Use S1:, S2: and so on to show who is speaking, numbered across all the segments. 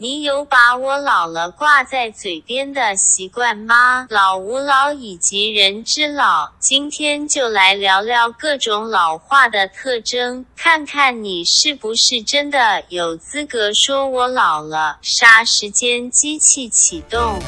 S1: 你有把我老了挂在嘴边的习惯吗？老吾老以及人之老，今天就来聊聊各种老化的特征，看看你是不是真的有资格说我老了。杀时间机器启动。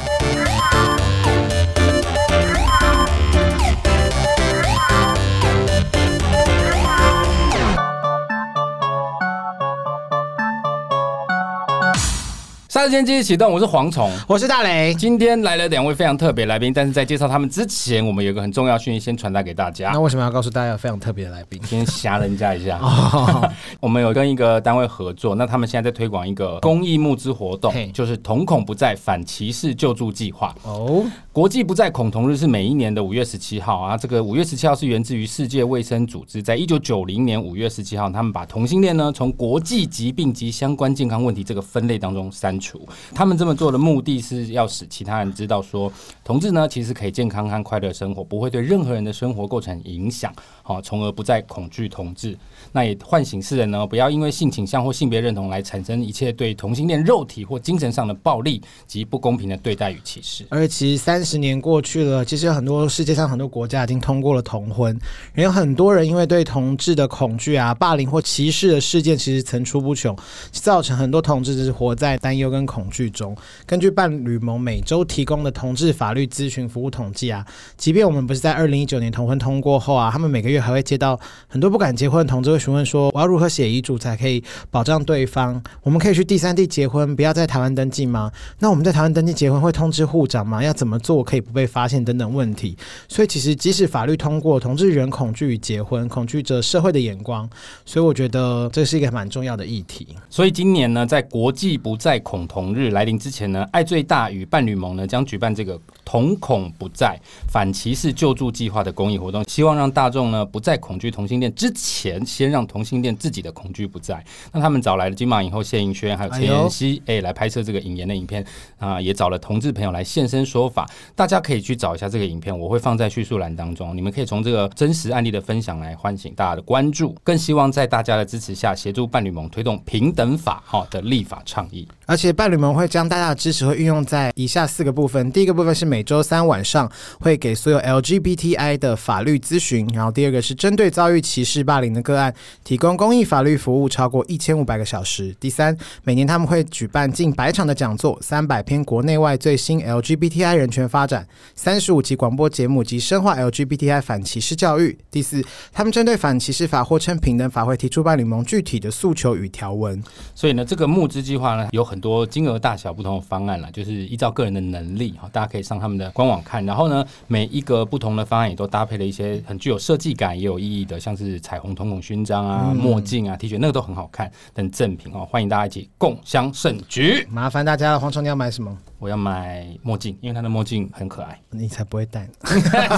S2: 杀时间机器启动，我是蝗虫。
S3: 我是大雷。
S2: 今天来了两位非常特别来宾，但是在介绍他们之前，我们有一个很重要讯息先传达给大家
S3: 那。为什么要告诉大家有非常特别的来宾？
S2: 先吓人家一下，
S3: 哦
S2: 我们有跟一个单位合作，那他们现在在推广一个公益募资活动
S3: 嘿，
S2: 就是“瞳孔不再反歧视救助计划”。
S3: 哦，
S2: 国际不再恐同日是每一年的五月十七号啊，这个五月十七号是源自于世界卫生组织在一九九零年五月十七号，他们把同性恋呢从国际疾病及相关健康问题这个分类当中删除。他们这么做的目的是要使其他人知道说，同志呢其实可以健康和快乐生活，不会对任何人的生活构成影响，好、从而不再恐惧同志。那也唤醒世人呢，不要因为性倾向或性别认同来产生一切对同性恋肉体或精神上的暴力及不公平的对待与歧视。
S3: 而且其实三十年过去了，其实很多世界上很多国家已经通过了同婚，也有很多人因为对同志的恐惧啊、霸凌或歧视的事件，其实层出不穷，造成很多同志就是活在担忧跟恐惧中。根据伴侣盟每周提供的同志法律咨询服务统计啊，即便我们不是在二零一九年同婚通过后啊，他们每个月还会接到很多不敢结婚的同志会询问说，我要如何写遗嘱才可以保障对方？我们可以去第三地结婚，不要在台湾登记吗？那我们在台湾登记结婚会通知户长吗？要怎么做可以不被发现等等问题。所以其实即使法律通过，同志人恐惧于结婚，恐惧着社会的眼光，所以我觉得这是一个蛮重要的议题。
S2: 所以今年呢，在国际不再恐同日来临之前呢，爱最大与伴侣盟呢将举办这个“同恐不再反歧视救助计划”的公益活动，希望让大众呢不再恐惧同性恋之前，先让同性恋自己的恐惧不在。那他们找来了金马影后谢盈萱还有陈妍希，哎、来拍摄这个引言的影片啊、也找了同志朋友来现身说法，大家可以去找一下这个影片，我会放在叙述栏当中，你们可以从这个真实案例的分享来唤醒大家的关注，更希望在大家的支持下，协助伴侣盟推动平等法哈的立法倡议。
S3: 而且伴侣们会将大家的支持会运用在以下四个部分。第一个部分是每周三晚上会给所有 LGBTI 的法律咨询，然后第二个是针对遭遇歧视霸凌的个案，提供公益法律服务超过一千五百个小时。第三，每年他们会举办近百场的讲座，三百篇国内外最新 LGBTI 人权发展，三十五集广播节目及深化 LGBTI 反歧视教育。第四，他们针对反歧视法或称平等法会提出伴侣盟具体的诉求与条文。
S2: 所以呢，这个募资计划呢，有很多金额大小不同的方案啦，就是依照个人的能力哦哈，大家可以上他们的官网看。然后呢，每一个不同的方案也都搭配了一些很具有设计感、也有意义的，像是彩虹瞳孔勋章啊、墨镜啊、T 恤，那个都很好看等赠品哦。欢迎大家一起共襄盛举。
S3: 麻烦大家了，黄虫你要买什么？
S2: 我要买墨镜，因为他的墨镜很可爱。
S3: 你才不会戴 呢。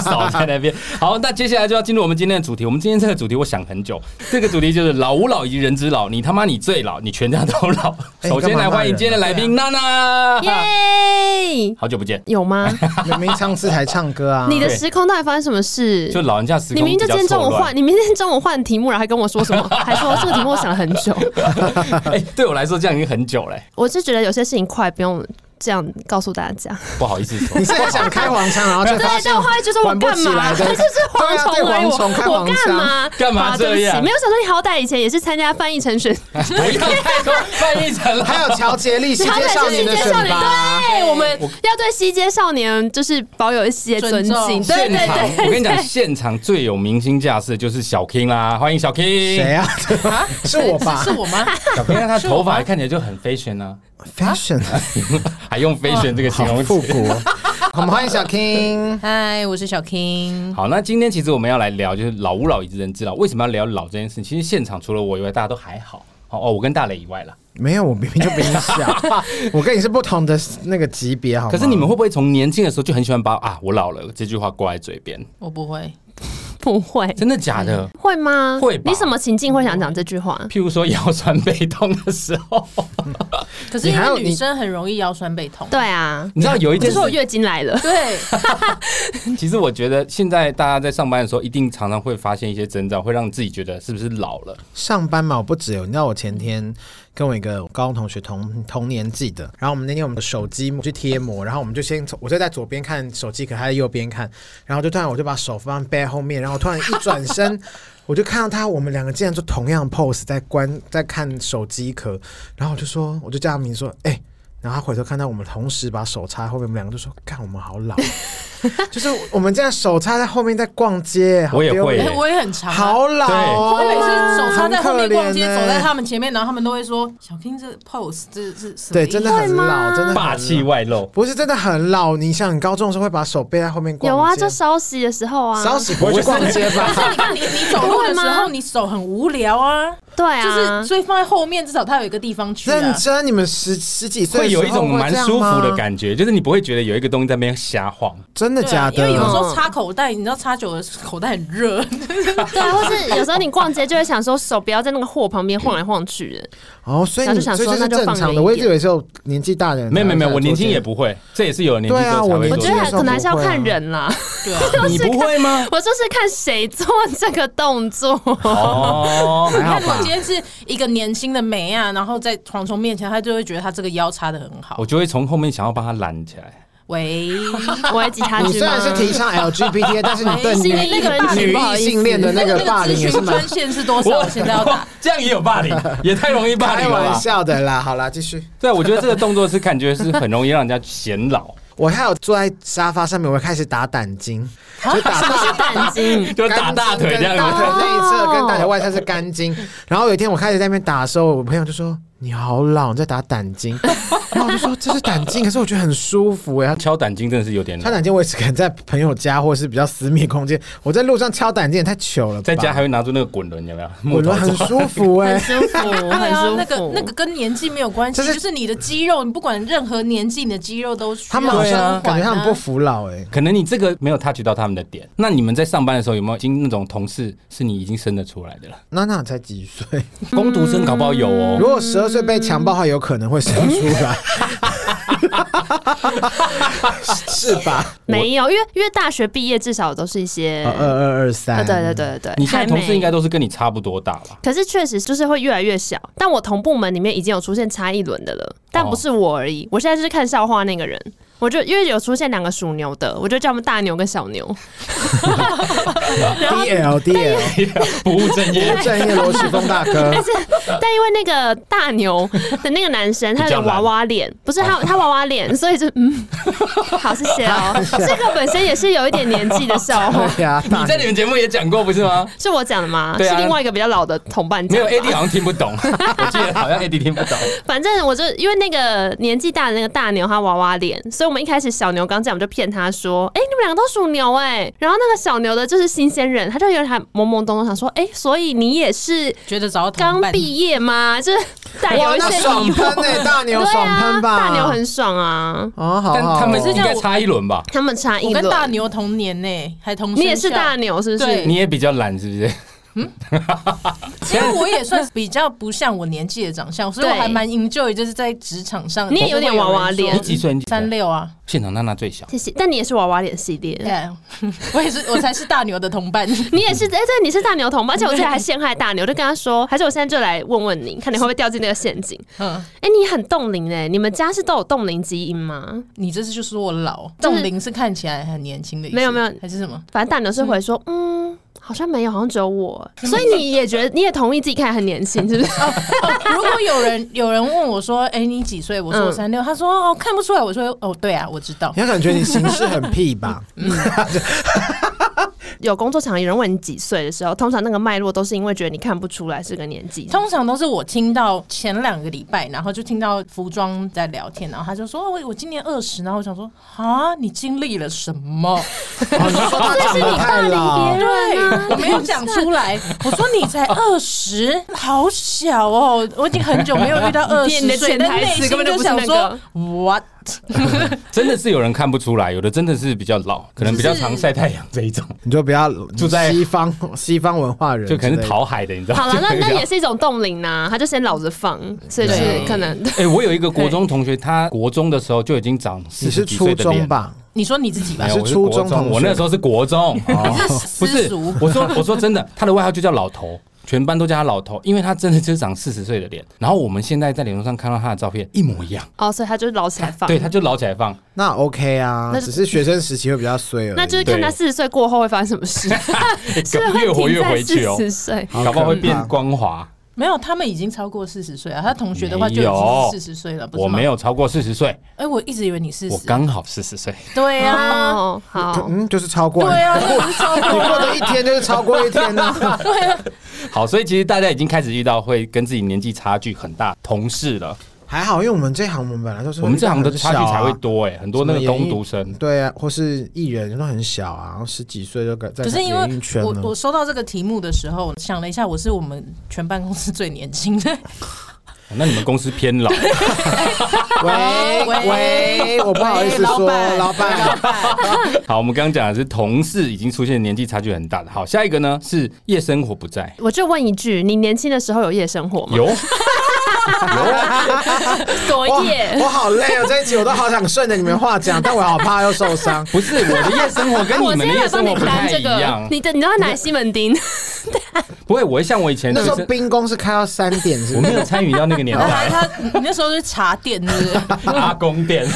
S2: 少在那边。好，那接下来就要进入我们今天的主题。我们今天这个主题，我想很久。这个主题就是老吾老以及人之老，你他妈你最老，你全家都老。
S3: 哎
S2: 首先
S3: 你干嘛
S2: 来
S3: 骂
S2: 欢迎
S3: 人啊
S2: 今天的来宾娜 娜，
S4: 耶！
S2: 好久不见。
S4: 有吗？
S3: 明明上次才唱歌啊！
S4: 你的时空到底发生什么事？
S2: 就老人家时
S4: 你
S2: 空
S4: 明
S2: 比
S4: 明就
S2: 较
S4: 今天中
S2: 错
S4: 午
S2: 乱
S4: 换，。你明天中午换题目，然后还跟我说 什么？还说这个题目我想了很久。
S2: 哎、对我来说这样已经很久了、
S4: 我是觉得有些事情快不用这样告诉大家。
S2: 不好意思说
S3: 你。是很想开黄腔，然后就
S4: 对
S3: 发，
S4: 但
S3: 现
S4: 我后来 就说我
S3: 玩不
S4: 干
S3: 起
S4: 嘛？
S3: 来
S4: 这
S3: 的，
S4: 是蝗虫而已，
S3: 对啊对蝗虫开
S4: 我我
S3: 蝗
S4: 干
S3: 虫
S4: 嘛？
S2: 干嘛
S4: 啊对不起
S2: 这样
S4: 没有想说你好歹以前也是参加翻译成选，
S2: 不要太多翻译成了。
S3: 还有乔杰 利《西
S4: 好
S3: 街
S4: 歹
S3: 少
S4: 是
S3: 年》的
S4: 街
S3: 选
S4: 少年，
S3: 拔。
S4: 对，我们要对西街少年就是保有一些尊
S5: 尊
S4: 敬对
S5: 重。
S2: 现
S4: 对
S2: 场，
S4: 对，
S2: 我跟你讲，现场最有明星架势的就是小 King 啦，欢迎小 King。
S3: 谁啊？ 是我吧
S5: 是我 吗？
S2: 小 King 他头发看起来就很 fashion 啊，
S3: ？Fashion
S2: 还用 fashion 这个形
S3: 好
S2: 容词
S3: 复。古。哦 我们欢迎小 King。
S5: 嗨，我是小 King。
S2: 好，那今天其实我们要来聊，就是老吾老以及人之老。为什么要聊老这件事情？其实现场除了我以外，大家都还好。哦哦，我跟大磊以外啦。
S3: 没有，我明明就比你小， 我跟你是不同的那个级别，好吗？
S2: 可是你们会不会从年轻的时候就很喜欢把啊我老了这句话挂在嘴边？
S5: 我不会，
S4: 不会，
S2: 真的假的？
S4: 会吗？
S2: 会吧
S4: 你什么情境会想讲这句话？
S2: 譬如说腰酸背痛的时 候，
S5: 可是因
S3: 你还有
S5: 为
S3: 你
S5: 女生很容易腰酸背痛。
S4: 对啊，
S2: 你知道有一
S4: 就
S2: 件
S4: 是
S2: 事
S4: 我月经来了。
S5: 对，
S2: 其实我觉得现在大家在上班的时候，一定常常会发现一些征兆，会让自己觉得是不是老了？
S3: 上班嘛，我不只有，你知道我前天跟我一个高中同学同同年纪的，然后我们那天我们的手机去贴膜，然后我们就先从我就在左边看手机，可他在右边看，然后就突然我就把手放在背后面，然后突然一转身。我就看到他，我们两个竟然做同样的 pose，在关在看手机壳，然后我就说，我就叫他名说，哎、然后他回头看到我们同时把手插在后面，我们两个就说，干，我们好老，啊就是我们这样手插在后面在逛街，好
S2: 我也
S3: 丢
S2: 会
S3: 脸
S2: 耶
S5: 我也很常啊。
S3: 好老哦！
S5: 我每次手插在后面逛街，
S3: 很可怜欸
S5: 走在他们前面，然后他们都会说：“小 King 这 pose 这是什么？”
S3: 对，真的很老，真的 很
S2: 霸气外露，
S3: 不是真的很老。你想，你高中的时候会把手背在后面逛街
S4: 有啊，就烧洗的时候啊，
S3: 烧死不会去逛街
S2: 啊
S3: 吧？
S5: 所以你看你你走路的时候，你手很无聊啊，
S4: 对
S5: 就
S4: 啊，
S5: 是所以放在后面，至少它有一个地方去
S3: 认
S5: 啊。
S3: 真，你们十十几岁
S2: 会有一种蛮舒服的
S3: 觉，
S2: 感觉，就是你不会觉得有一个东西在那边瞎晃。
S3: 真的
S5: 对啊
S3: 假
S5: 因为有时
S3: 的？
S5: 候插口袋，你知道插久了口袋 很热，
S4: 对啊，或是有时候你逛街就会想说手不要在那个货旁边晃来晃去的，
S3: 哦，所以
S4: 然
S3: 你
S4: 后就想
S3: 所以
S4: 说
S3: 这是
S4: 那就
S3: 正
S4: 放
S3: 常
S4: 远
S3: 的。
S4: 一
S3: 我一直
S4: 点
S3: 以为是有年纪大的人才会
S2: 没
S3: 这
S2: 有
S3: 样做这个，
S2: 没有没有，我年轻也不会，这也是有了年纪之后才会
S3: 对啊
S2: 做
S4: 我觉
S2: 的。
S4: 得可能还是要看人啦。
S5: 对啊，
S2: 你不会 吗？
S4: 我就是看谁做这个动作，
S2: 哦，
S5: 你
S3: 还好
S5: 看，我
S3: 吧
S5: 今？天是一个年轻的美啊，然后在蝗虫面前，他就会觉得他这个腰插的很好
S2: 我。就会从后面想要帮他揽起 来。
S5: 喂，
S4: 我会吉他
S3: 你
S4: 剧
S3: 虽
S4: 吗
S3: 然？是提 倡 LGBT，但是你对
S4: 是因为
S3: 女
S4: 哎那个人群
S3: 女
S4: 不好
S3: 异
S4: 意思
S3: 性恋的那个霸凌也
S5: 咨
S3: 是
S5: 询
S3: 蛮
S5: 专线是多少？啊我现在要打。
S2: 这样也有 霸凌，也太容易霸
S3: 开
S2: 凌了
S3: 玩
S2: 吧？
S3: 笑的啦。好啦，继续。
S2: 对，我觉得这个动作是感觉是很容易让人家显 老，
S3: 我还有坐在沙发上面，我会开始打胆经，就打
S4: 不是胆 经，
S2: 就打大腿这样
S3: 大腿
S2: 子。
S3: 内侧跟大腿外侧是 肝经。然后有一天我开始在那边打的时候，我朋友就说：“你好老，你在打胆 经。”然后我就说：“这是胆经，可是我觉得很舒服哎、欸。”
S2: 敲胆经真的是有点老
S3: 敲，胆经我也是可能在朋友家或是比较私密空间，我在路上敲胆经也太糗了吧，
S2: 在家还会拿出那个滚轮，有没有？木
S3: 我觉
S2: 头
S3: 得很
S2: 做
S3: 舒服哎、
S4: 很
S3: 欸。
S4: 舒服，
S5: 对
S4: 很
S5: 啊
S4: 舒，服。
S5: 那个那个跟年纪没有关系，
S3: 这是
S5: 就是你的肌肉，你不管任何年纪，你的肌肉都需要
S3: 他们好
S5: 生
S3: 像
S5: 还
S3: 感觉他们不
S5: 啊
S3: 服老哎、欸。
S2: 可能你这个没有 touch 到他们的点。那你们在上班的时候有没有已经那种同事是你已经生得出来的了？
S3: 娜娜才几岁？
S2: 工读生搞不好有哦。
S3: 如
S4: 嗯
S3: 果十二岁被强暴的话，有可能会生出 来， 是吧？
S4: 没有，因为因为大学毕业至少都是一些，
S3: 二二哦二
S4: 呃
S3: 三，
S4: 对对对对对，
S2: 你现在
S4: 还
S2: 同事
S4: 没
S2: 应该都是跟你差不多大吧？
S4: 可是确实就是会越来越小，但我同部门里面已经有出现差一轮的了，但不是我而已。我现在就是看笑话那个人，我就因为有出现两个属牛的，我就叫他们大牛跟小牛。啊
S3: ，D L D L，
S2: 不务正业，
S3: 正义罗时峰大哥，
S4: 但因为那个大牛的那个男生，
S2: 比
S4: 他有点
S2: 较懒
S4: 娃娃脸，不是他他娃娃脸，所以就嗯，好谢 谢哦。这个本身也是有一点年纪的笑话，
S3: 对呀，
S2: 你在你们节目也讲过不是吗？
S4: 是我讲的吗？
S2: 对啊
S4: 是另外一个比较老的同伴
S2: 没
S4: 讲
S2: 有
S4: 的吧。
S2: AD 好像听不懂， 我记得好像 AD 听不懂。
S4: 反正我就因为那个年纪大的那个大牛，他娃娃脸，所以我们一开始小牛刚这样，我们就骗他说：“哎、你们两个都属牛哎、然后那个小牛的就是新鲜人，他就有点还懵懵懂懂，想说：“哎、所以你也是
S5: 觉得找到
S4: 刚
S5: 同伴
S4: 毕业吗？” 就是带有
S3: 哇，
S4: 一
S3: 那
S4: 些
S3: 爽
S4: 疑惑。
S3: 喷哎，大牛
S4: 对
S3: 爽
S4: 啊，
S3: 喷吧，
S4: 大牛很爽啊，
S3: 哦，好
S2: 但
S3: 好，
S2: 他们
S5: 是
S2: 应
S5: 这样
S2: 该差一轮吧？
S4: 他们差一
S5: 我跟 大
S4: 轮。
S5: 牛同年呢、还同
S4: 你也是大
S5: 牛，
S4: 牛是不是
S5: 对？
S2: 你也比较懒是不是？
S5: 因为我也算是比较不像我年纪的长相，所以我
S4: 对
S5: 还蛮 enjoy 就是在职场上。
S4: 你也有点娃娃脸
S2: 你几岁？你几
S5: 三
S2: 岁？
S5: 六啊，
S2: 现场娜娜最小，
S4: 谢谢，但你也是娃娃脸系列。
S5: 对， 我也是，我才是大牛的同伴。
S4: 你也是，哎、对，你是大牛同伴，而且我之前还陷害大牛，就跟他说，还是我现在就来问问你，看你会不会掉进那个陷阱。
S5: 嗯，
S4: 哎、你很冻龄哎，你们家是都有冻龄基因吗？
S5: 你这次就说我老，
S4: 就是
S5: 冻龄是看起来很年轻的意思，
S4: 没有没有
S5: 还是什么？
S4: 反正大牛是回说，嗯，好像没有，好像只有我。所以你也觉得，你也同意自己看起来很年轻，是不是？
S5: 哦如果有人 有人问我说：“哎、你几岁？”我说：“我
S4: 嗯
S5: 三六。”他说：“哦，看不出来。”我说：“哦，对啊，我知 道。
S3: 你要感觉你行事很屁吧？
S4: 有工作场合有人问你几岁的时候，通常那个脉络都是因为觉得你看不出来是个年纪。
S5: 通常都是我听到前两个礼拜，然后就听到服装在聊天，然后他就说：“哦，我我今年二十。”然后我想说：“啊，你经历了什 么
S3: 哦你说他长得太老，
S4: 别？”人啊，
S5: 我没有讲出来，我说你才二十，好小哦！我已经很久没有遇到二
S4: 你
S5: 十
S4: 的
S5: 岁，
S4: 潜
S5: 但
S4: 台
S5: 内
S4: 词
S5: 心
S4: 根本就
S5: 就
S4: 不是那
S5: 想
S4: 个
S5: 说 what？
S2: 真的是有人看不出来，有的真的是比较老，可能比较常晒太阳这一种，
S3: 你就不要
S2: 住在
S3: 西方西方文化人之
S2: 就
S3: 类的，
S2: 可能是讨海的，你知道吗？
S4: 好 了，那
S2: 就比较
S4: 那也是一种冻龄呐，他就先老着放，所以就是
S5: 对
S4: 可能
S2: 哎、我有一个国中同学，他国中的时候就已经长
S3: 你
S2: 四
S3: 是
S2: 十几
S3: 初
S2: 岁的
S3: 中
S2: 脸。
S3: 吧？
S5: 你说你自己吧
S2: 没，有，
S3: 是
S2: 我是
S3: 初
S2: 国
S3: 中同学
S2: 我那时候是国中，哦不
S5: 私
S2: 是
S5: 塾。
S2: 我说我说真的，他的外号就叫老头，全班都叫他老头，因为他真的就是长四十岁的脸。然后我们现在在脸书上看到他的照片一模一样，
S4: 哦，所以他就老起来放。
S2: 对，他就老起来放。
S3: 那 OK 啊，
S4: 那就
S3: 只是学生时期会比较衰而已。
S4: 那就是看他
S2: 对
S4: 四十岁过后会发生什么事，是会
S2: 越活越回去哦
S4: 四十岁。
S3: 好
S2: 搞不好会变
S3: 可怕
S2: 光滑。
S5: 没有，他们已经超过四十岁了。他同学的话就已
S2: 没有
S5: 经是四十岁了，不是吗
S2: 我没。有超过四十岁，
S5: 哎，我一直以为你是
S2: 我
S5: 40
S2: 刚好四十岁。
S5: 对啊，
S4: 哦，好，
S3: 嗯，就是超过，
S5: 对啊， 我是超
S3: 你
S5: 过
S3: 过
S5: 啊
S3: 的一天就是超过一天啊。
S2: 好，所以其实大家已经开始遇到会跟自己年纪差距很大同事了。
S3: 还好，因为我们这行我们本来就是
S2: 我们这行的
S3: 很
S2: 差
S3: 小
S2: 距
S3: 啊
S2: 才会多哎、很多那个工读生。
S3: 对啊，或是艺人都很小啊，然后十几岁就改在
S5: 可是因
S3: 演艺
S5: 为
S3: 圈
S5: 我
S3: 了
S5: 我。收到这个题目的时候，想了一下，我是我们全办公室最年轻的。
S2: 那你们公司偏老，
S3: 喂
S5: 喂
S3: 喂，我不好意思
S5: 喂老
S3: 说，
S5: 板
S3: 老板，
S2: 好，我们刚刚讲的是同事已经出现年纪差距很大的。好，下一个呢是夜生活不在，
S4: 我就问一句，你年轻的时候有夜生活吗？
S2: 有
S4: 多
S3: 哇
S4: 夜？
S3: 我好累哦，这一集我都好想顺着你们话讲，但我好怕又受 伤。
S2: 不是我的夜生活跟你
S4: 哎我
S2: 们的
S4: 今天
S2: 夜
S4: 来帮
S2: 生
S4: 你
S2: 活不
S4: 担
S2: 太
S4: 这
S2: 一
S4: 个
S2: 样，，
S4: 你的你知道奶西门町
S2: 不会，我像我以前
S3: 那
S2: 就
S3: 时候
S2: 是
S3: 冰宫是开到三点，是
S2: 我
S3: 不
S2: 没
S3: 是？
S2: 有参与到那个年
S5: 然后他
S2: 代，
S5: 哎他你那时候是茶店，是不是？
S2: 阿公 店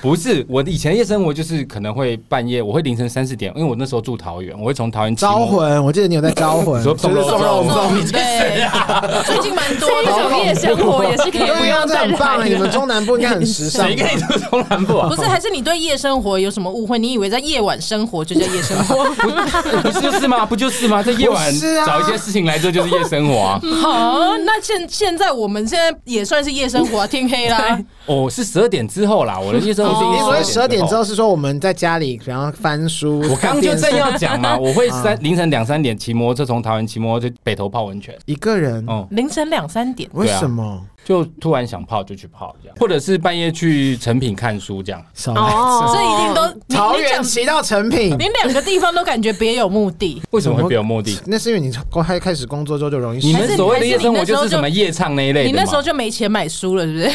S2: 不是我以前的夜生活就是可能会半夜，我会凌晨三四点，因为我那时候住桃园，我会从桃园骑
S3: 招
S2: 摩
S3: 魂，我记得你有在招魂，
S2: 你说
S3: 就
S2: 送
S3: 是
S2: 肉
S3: 送肉
S2: 粽
S3: 粽。
S5: 对， 最近蛮多
S4: 这 一
S5: 的。
S4: 种夜生活也是可以哎不
S3: 对
S4: 用
S3: 啊，这
S4: 再
S3: 很棒啊！
S4: 来
S3: 你们
S4: 的。
S3: 中南部应该很时尚吧。
S2: 谁跟你说中南部啊？
S5: 不是，还是你对夜生活有什么误会？你以为在夜晚生活就叫夜生 活？
S2: 不是就是吗？不就是吗？在夜晚
S3: 不是啊
S2: 找一些事情来做就是夜生活啊。
S5: 好，那现现在我们现在也算是夜生活啊，天 黑啦。
S2: 哦，是十二点之后啦，我的夜生活是
S3: 你哦所
S2: 因
S3: 以
S2: 为
S3: 十二点之后，是说我们在家里，然后翻书。
S2: 我刚
S3: 看
S2: 就
S3: 电视
S2: 正要讲嘛，我会
S3: 啊
S2: 三凌晨两三点骑摩托车从桃园骑摩托车去北投泡温泉，
S3: 一个人，
S2: 嗯，
S5: 凌晨两三点，
S3: 为什么？
S2: 就突然想泡就去泡这样，或者是半夜去成品看书这样。
S3: 少来
S4: 哦，
S5: 这一定都你
S3: 桃
S5: 你
S3: 园
S5: 讲
S3: 骑到成品，
S5: 你两个地方都感觉别有目的。
S2: 为什么会别有目的？
S3: 那是因为你公开开始工作之后就容易
S2: 你
S3: 失
S2: 们所谓的夜生活就是什么夜唱那一类
S5: 你
S2: 的
S5: 那时候
S2: 嘛，
S5: 就没钱买书了，是不是？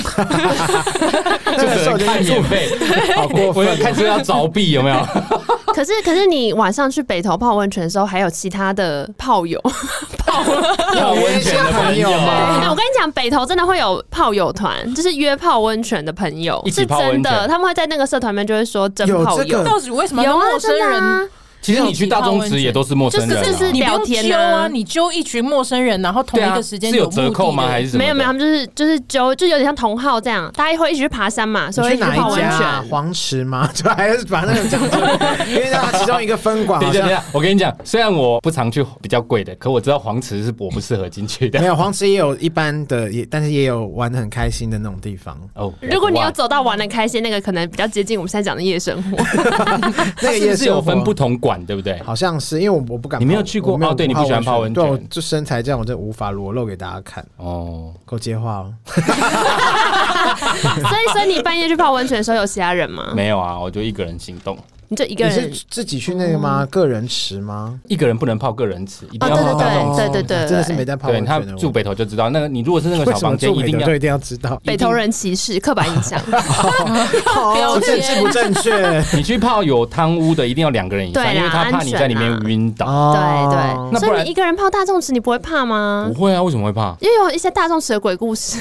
S2: 就只能看免费，好过分，我有看出要凿壁有没有？
S4: 可是可是你晚上去北投泡温泉的时候，还有其他的泡友
S2: 啊
S4: 泡
S2: 泡
S3: 有
S2: 温
S3: 一
S2: 泉
S3: 些
S2: 的朋
S3: 朋
S2: 友
S3: 友
S4: 哎、我
S3: 吗？
S4: 跟你讲，北投真的会有泡友团，就是约泡温泉的朋友，
S2: 一起
S4: 是
S2: 泡温
S4: 真的。
S2: 泉
S4: 他们会在那个社团里面就会说真
S3: 有
S4: 泡
S3: 这
S4: 友，
S3: 个
S5: 到底为什么
S4: 有
S5: 跟
S4: 啊，
S5: 陌生
S4: 真的
S5: 人？
S4: 啊，
S2: 其实你去大钟池也都是陌生人啊，
S4: 就是就是
S5: 你不
S4: 聊
S5: 用
S4: 天
S5: 揪
S4: 啊
S5: 啊，你揪一群陌生人，然后同
S2: 对
S5: 一
S2: 啊
S5: 个时间
S2: 是有
S5: 目
S2: 折扣
S5: 的
S2: 吗？
S5: 的
S2: 还是什么的？
S4: 没有没有，他们就是就是揪，就有点像同号这样，大家会一起去爬山嘛，所以
S3: 你
S4: 会一
S3: 去
S4: 起
S3: 哪
S4: 泡
S3: 一
S4: 温
S3: 家
S4: 泉。
S3: 啊？黄池吗？ 就还是把那个讲出来，因为它其中一个分馆
S2: 等
S3: 好
S2: 一下，
S3: 像
S2: 等一下，我跟你讲，虽然我不常去比较贵的，可我知道黄池是我不适合进去
S3: 没
S2: 的。
S3: 有黄池也有一般的，也但是也有玩的很开心的那种地方。
S2: 哦，
S4: 如果你要
S2: 哇，
S4: 走到玩的开心，那个可能比较接近我们现在讲的夜生活。
S2: 是
S3: 那个夜
S2: 不是有
S3: 生活
S2: 分不同馆，对不对？
S3: 好像是，因为我我不敢
S2: 你
S3: 泡。
S2: 没有去过
S3: 我没有
S2: 哦对你不喜欢泡温泉
S3: 对，我就身材这样，我真的无法裸露给大家看，
S2: 哦，
S3: 够接话哦。
S4: 所以所以你半夜去泡温泉的时候有其他人吗？
S2: 没有啊，我就一个人行动，
S4: 你就一个
S3: 你
S4: 人
S3: 是。自己去那个吗？个人池吗？
S2: 一个人不能泡个人池，一定
S4: 哦
S2: 要泡
S4: 对
S2: 大众
S4: 对
S2: 池。
S4: 对对对
S3: 真的是没在泡
S2: 对
S3: 温
S2: 他
S3: 泉的。
S2: 住北头就知道，那个你如果是那个小
S3: 为什么
S2: 房间，
S3: 住
S2: 一
S3: 北
S2: 定
S3: 的
S2: 要
S3: 都一定要知道？
S4: 北投人歧视刻板印 象，
S5: 标
S3: 哦政治不正
S5: 签。
S3: 确？
S2: 你去泡有汤屋的，一定要两个人以上，
S4: 对啦
S2: 因为他怕你在里面晕倒。
S4: 对
S3: 哦，
S4: 对，
S2: 那不
S4: 所以
S2: 然
S4: 你一个人泡大众池，你不会怕吗
S2: 不？会啊，为什么会怕？
S4: 因为有一些大众池的鬼故 事，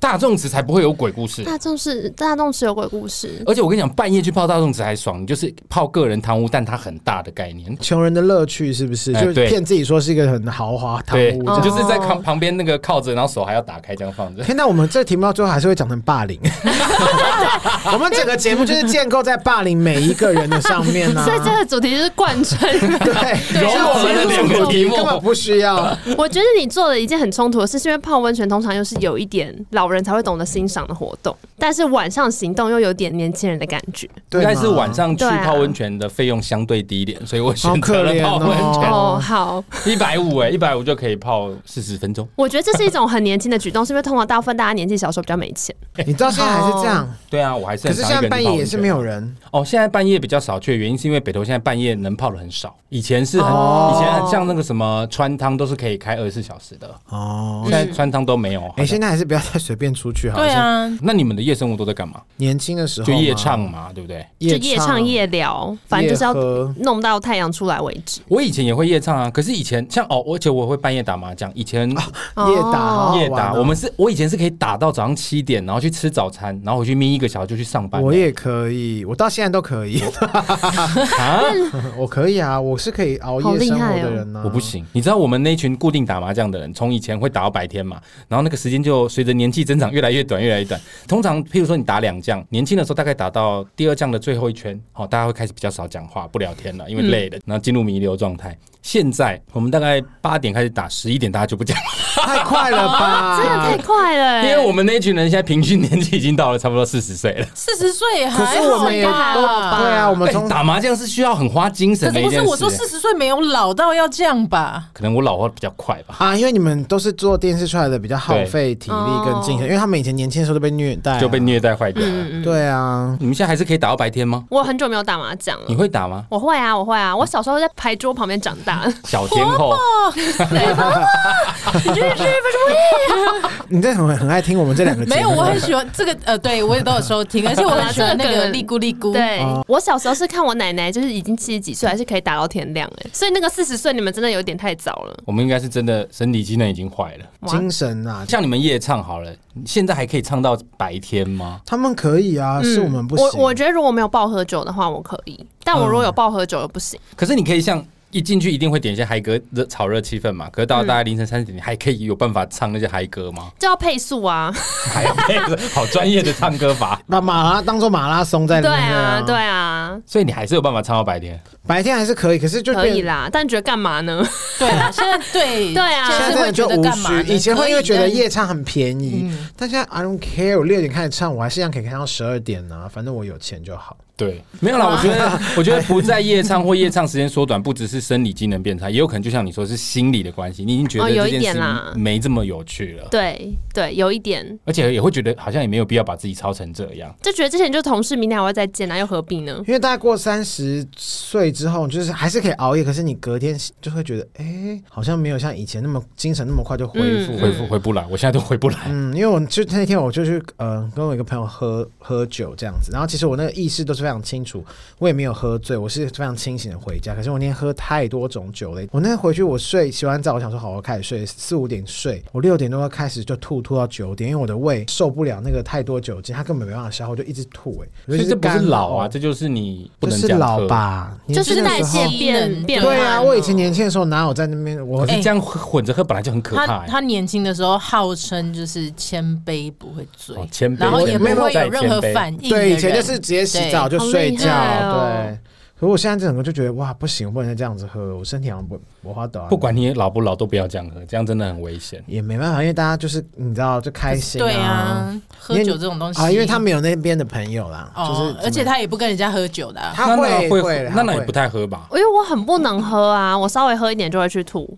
S2: 大众池才不会有鬼故事。
S4: 大众池大众池有鬼故事，
S2: 而且我跟你讲，半夜去泡大众池还爽，你就是泡个人汤屋，但它很大的概念。
S3: 穷人的乐趣是不是？
S2: 哎
S3: 就
S2: 对
S3: 骗自己说是一个很豪华堂
S2: 对，
S3: 屋
S2: 你
S3: 这
S4: 嗯
S3: 样。
S2: 就是在旁旁边那个靠着，然后手还要打开这样放着。
S3: 天哪，我们这题目到最后还是会讲成霸 凌。我们整个节目就是建构在霸凌每一个人的上面呢。
S4: 所以这个主题就是贯穿。
S3: 对，
S2: 有我们的两个题目
S3: 根本不需要。
S4: 我觉得你做了一件很冲突的事，是因为泡温泉通常又是有一点老老人才会懂得欣赏的活动，但是晚上行动又有点年轻人的感觉。
S3: 对
S2: 应
S3: 吗，
S2: 该是晚上去
S4: 对啊
S2: 泡温泉的费用相对低一点，所以我
S3: 好
S2: 选择
S3: 可
S2: 了
S3: 怜
S2: 泡温泉。
S3: 哦
S4: 哦，好，
S2: 一百五哎，一百五就可以泡四十分钟。
S4: 我觉得这是一种很年轻的举动，是因为通常大部分大家年纪小的时候比较没钱。
S3: 你到现在还是这样，
S2: 对啊，我还是
S3: 可
S2: 很
S3: 是
S2: 常
S3: 现
S2: 一个
S3: 在
S2: 人
S3: 半
S2: 去
S3: 夜
S2: 泡
S3: 也
S2: 温
S3: 是
S2: 泉
S3: 没有人，
S2: 哦，现在半夜比较少去的原因是因为北投现在半夜能泡的很少，以前是很、
S4: 哦
S2: 以前像那个什么川汤都是可以开二十四小时的，
S3: 哦。
S2: 现在川汤都没有。
S3: 哎、
S2: 好像
S3: 现在还是不要再随便出去好了。
S5: 对啊，
S2: 那你们的夜生活都在干嘛？
S3: 年轻的时候
S2: 就夜
S3: 嘛
S2: 唱，嘛，对不对？
S4: 就
S3: 夜
S4: 夜唱、夜聊，反正就是要
S3: 夜喝
S4: 弄到太阳出来为止。
S2: 我以前也会夜唱啊，可是以前像哦，而且我会半夜打麻将。以前
S4: 哦
S3: 夜打好好
S2: 夜
S3: 玩
S2: 打，
S3: 哦
S2: 我们是我以前是可以打到早上七点，然后去吃早餐，然后回去眯一个小时就去上班。
S3: 我也可以，我到现在都可以，
S2: 啊，
S3: 我可以啊，我是可以熬
S4: 好
S3: 夜
S4: 厉
S3: 生
S4: 害
S3: 活
S4: 哦
S3: 的人呢、啊
S2: 我不，行，你知道我们那群固定打麻将的人，从以前会打到白天嘛，然后那个时间就随着年纪增长越来越短，越来越短。通常，譬如说你打两将，年轻的时候大概打到第二将的最后一圈，好、大家会开始比较少讲话，不聊天了，因为累了，
S5: 嗯
S2: 然后进入弥留状态。现在我们大概八点开始打，十一点大家就不讲话，
S3: 太快了吧？
S4: 真的太快了欸、
S5: 哎
S2: 啊因为我们那群人现在平均年纪已经到了差不多四十岁 了。
S5: 四十岁还好
S3: 可
S5: 吧
S3: 是我们也都对啊，我们
S2: 哎
S3: 从
S2: 打麻将是需要很花精
S5: 可
S2: 神的
S5: 是
S2: 一
S5: 不
S2: 件
S5: 是
S2: 事。
S5: 我说四十岁没有老到要这 样吧？
S2: 可能我老化比较快吧，
S3: 啊，因为你们都是做电视出来的，比较耗费体力
S4: 哦
S3: 跟精神，因为他们以前年轻的时候都被虐
S5: 哎
S3: 待、啊
S2: 就被。虐待坏掉了。
S4: 嗯，嗯嗯，
S3: 对啊，
S2: 你们现在还是可以打到白天吗？
S4: 我很久没有打麻将
S5: 呃
S2: 你
S4: 了。
S2: 会打吗？
S4: 我会啊，我会啊，我小时候在牌桌旁边长 大。
S2: 小天后。
S3: 你这很很爱听我们这两个节目
S5: 没有，我很喜欢这个呃，对我也都有收听，而且我很喜欢那
S4: 这个
S5: 个
S4: 梗
S5: 利咕利咕。
S4: 对、啊我小时候是看我奶奶，就是已经七十几岁，还是可以打到天亮哎、所以那个四十岁你们真的有点太早了。
S2: 我们应该是真的身体机能已经坏了。
S3: 精神啊，
S2: 像你们夜唱好了，现在还可以唱到白天吗？
S3: 他们可以啊，是我们不行。
S4: 嗯
S3: 嗯
S4: 我我觉得如果没有爆喝酒的话，我可以；但我如果有爆喝酒，又不行。
S2: 可是你可以像一进去一定会点一些嗨歌热炒热气氛嘛。可是到
S4: 嗯
S2: 大概凌晨三四点，你还可以有办法唱那些嗨歌吗？
S4: 就要配速 啊，
S2: 还要配合好专业的唱歌法，
S3: 把马拉当做马拉松在
S4: 对
S3: 练
S4: 啊，对啊，
S2: 所以你还是有办法唱到白天。
S3: 白天还是可以，可是就
S4: 可以
S3: 变
S4: 啦。但觉得干嘛呢？
S5: 对啊，现在对
S4: 对啊
S5: 现
S3: 现
S5: 在
S3: 在真
S5: 是会
S3: 的就
S5: 觉得
S3: 无
S5: 干嘛呢？
S3: 需。以前会因为觉得夜唱很便宜
S5: 嗯，
S3: 但现在 I don't care，我六点开始唱，我还是一样可以开到十二点呢，反正我有钱就好。
S2: 对，没有 啦，我觉得，我觉得不在夜唱或夜唱时间缩短，不只是生理机能变差，也有可能就像你说是心理的关系，你已经觉
S4: 哦
S2: 得
S4: 有
S2: 这
S4: 一
S2: 件
S4: 点
S2: 事
S4: 啦
S2: 没这么有趣了，
S4: 对对，有一点
S2: 而且也会觉得好像也没有必要把自己操成这样。
S4: 就觉得之前就同事，明天还会再见啊，又何必呢？
S3: 因为大概过三十岁之后，就是还是可以熬夜，可是你隔天就会觉得，哎、好像没有像以前那么精神那么快就恢复。
S5: 嗯
S4: 嗯
S2: 回不回不来，我现在都回不来。
S3: 嗯，因为我就那天我就去呃跟我一个朋友喝喝酒这样子，然后其实我那个意识都是非常清楚，我也没有喝醉，我是非常清醒的回家。可是我那天喝太多种酒了，我那天回去我睡洗完澡，我想说好，我开始睡四五点睡，我六点多开始就吐吐到九点，因为我的胃受不了那个太多酒精，它根本没办法消化，我就一直吐、哎，我
S2: 所
S3: 就
S2: 以这不是
S3: 干
S2: 老
S3: 呕
S2: 啊，这就是你不
S3: 就
S2: 能
S3: 是
S2: 这样
S3: 老
S2: 喝。
S3: 吧，
S4: 就
S3: 年轻
S4: 是
S3: 的
S4: 代
S3: 时候
S4: 谢变
S5: 能
S4: 变
S3: 对啊，
S4: 慢
S3: 我以前年轻的时候哪有在那边我
S2: 可是这样混着喝本来就很可怕、
S5: 他
S2: 欸。
S5: 他年轻的时候号称就是千杯不会醉
S2: 哦，千杯
S5: 然后也不
S2: 千杯
S5: 会有任何
S2: 千杯
S5: 反应的人。
S3: 对以前就是直接洗澡就睡觉，
S4: 对好厉害哦
S3: 对。可是我现在整个就觉得哇，不行，我不能再这样子喝，我身体好像不我花抖啊。
S2: 不管你老不老，都不要这样喝，这样真的很危险。
S3: 也没办法，因为大家就是你知道就开心
S5: 对
S3: 啊
S5: 啊，喝酒这种东西
S3: 啊，因为他没有那边的朋友啦，
S5: 哦，
S3: 就是
S5: 而且他也不跟人家喝酒的啊。
S2: 娜
S3: 他会
S2: 会
S3: 会啦，
S2: 娜娜也
S3: 会
S2: 不太喝吧？
S4: 因为我很不能喝啊，我稍微喝一点就会 去吐。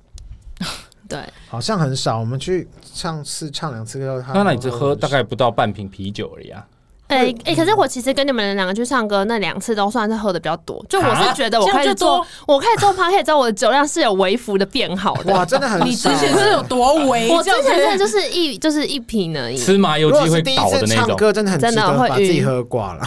S4: 对，
S3: 好像很少。我们去唱次唱两次歌，他
S2: 娜娜你只喝大概不到半瓶啤酒而已啊。
S4: 哎、哎、可是我其实跟你们两个去唱歌那两次都算是喝的比较多，就我是觉得我
S5: 这样
S4: 开始
S5: 就
S4: 做
S5: 多，
S4: 我开始做 p o d c a s 之后，我的酒量是有微幅的变好的。
S3: 哇，真的很少。欸
S5: 你之前是有
S3: 啊
S5: 多违？
S4: 我之
S5: 哎这样子
S4: 前真的就是一就是一瓶而已。
S2: 吃麻油
S3: 嗯如
S2: 鸡
S3: 果
S2: 会
S3: 是第一
S2: 倒的
S3: 次
S2: 那
S3: 唱
S2: 种，
S3: 歌，真的很值
S4: 真的
S3: 得
S4: 会
S3: 把自己
S4: 晕
S3: 喝 挂了，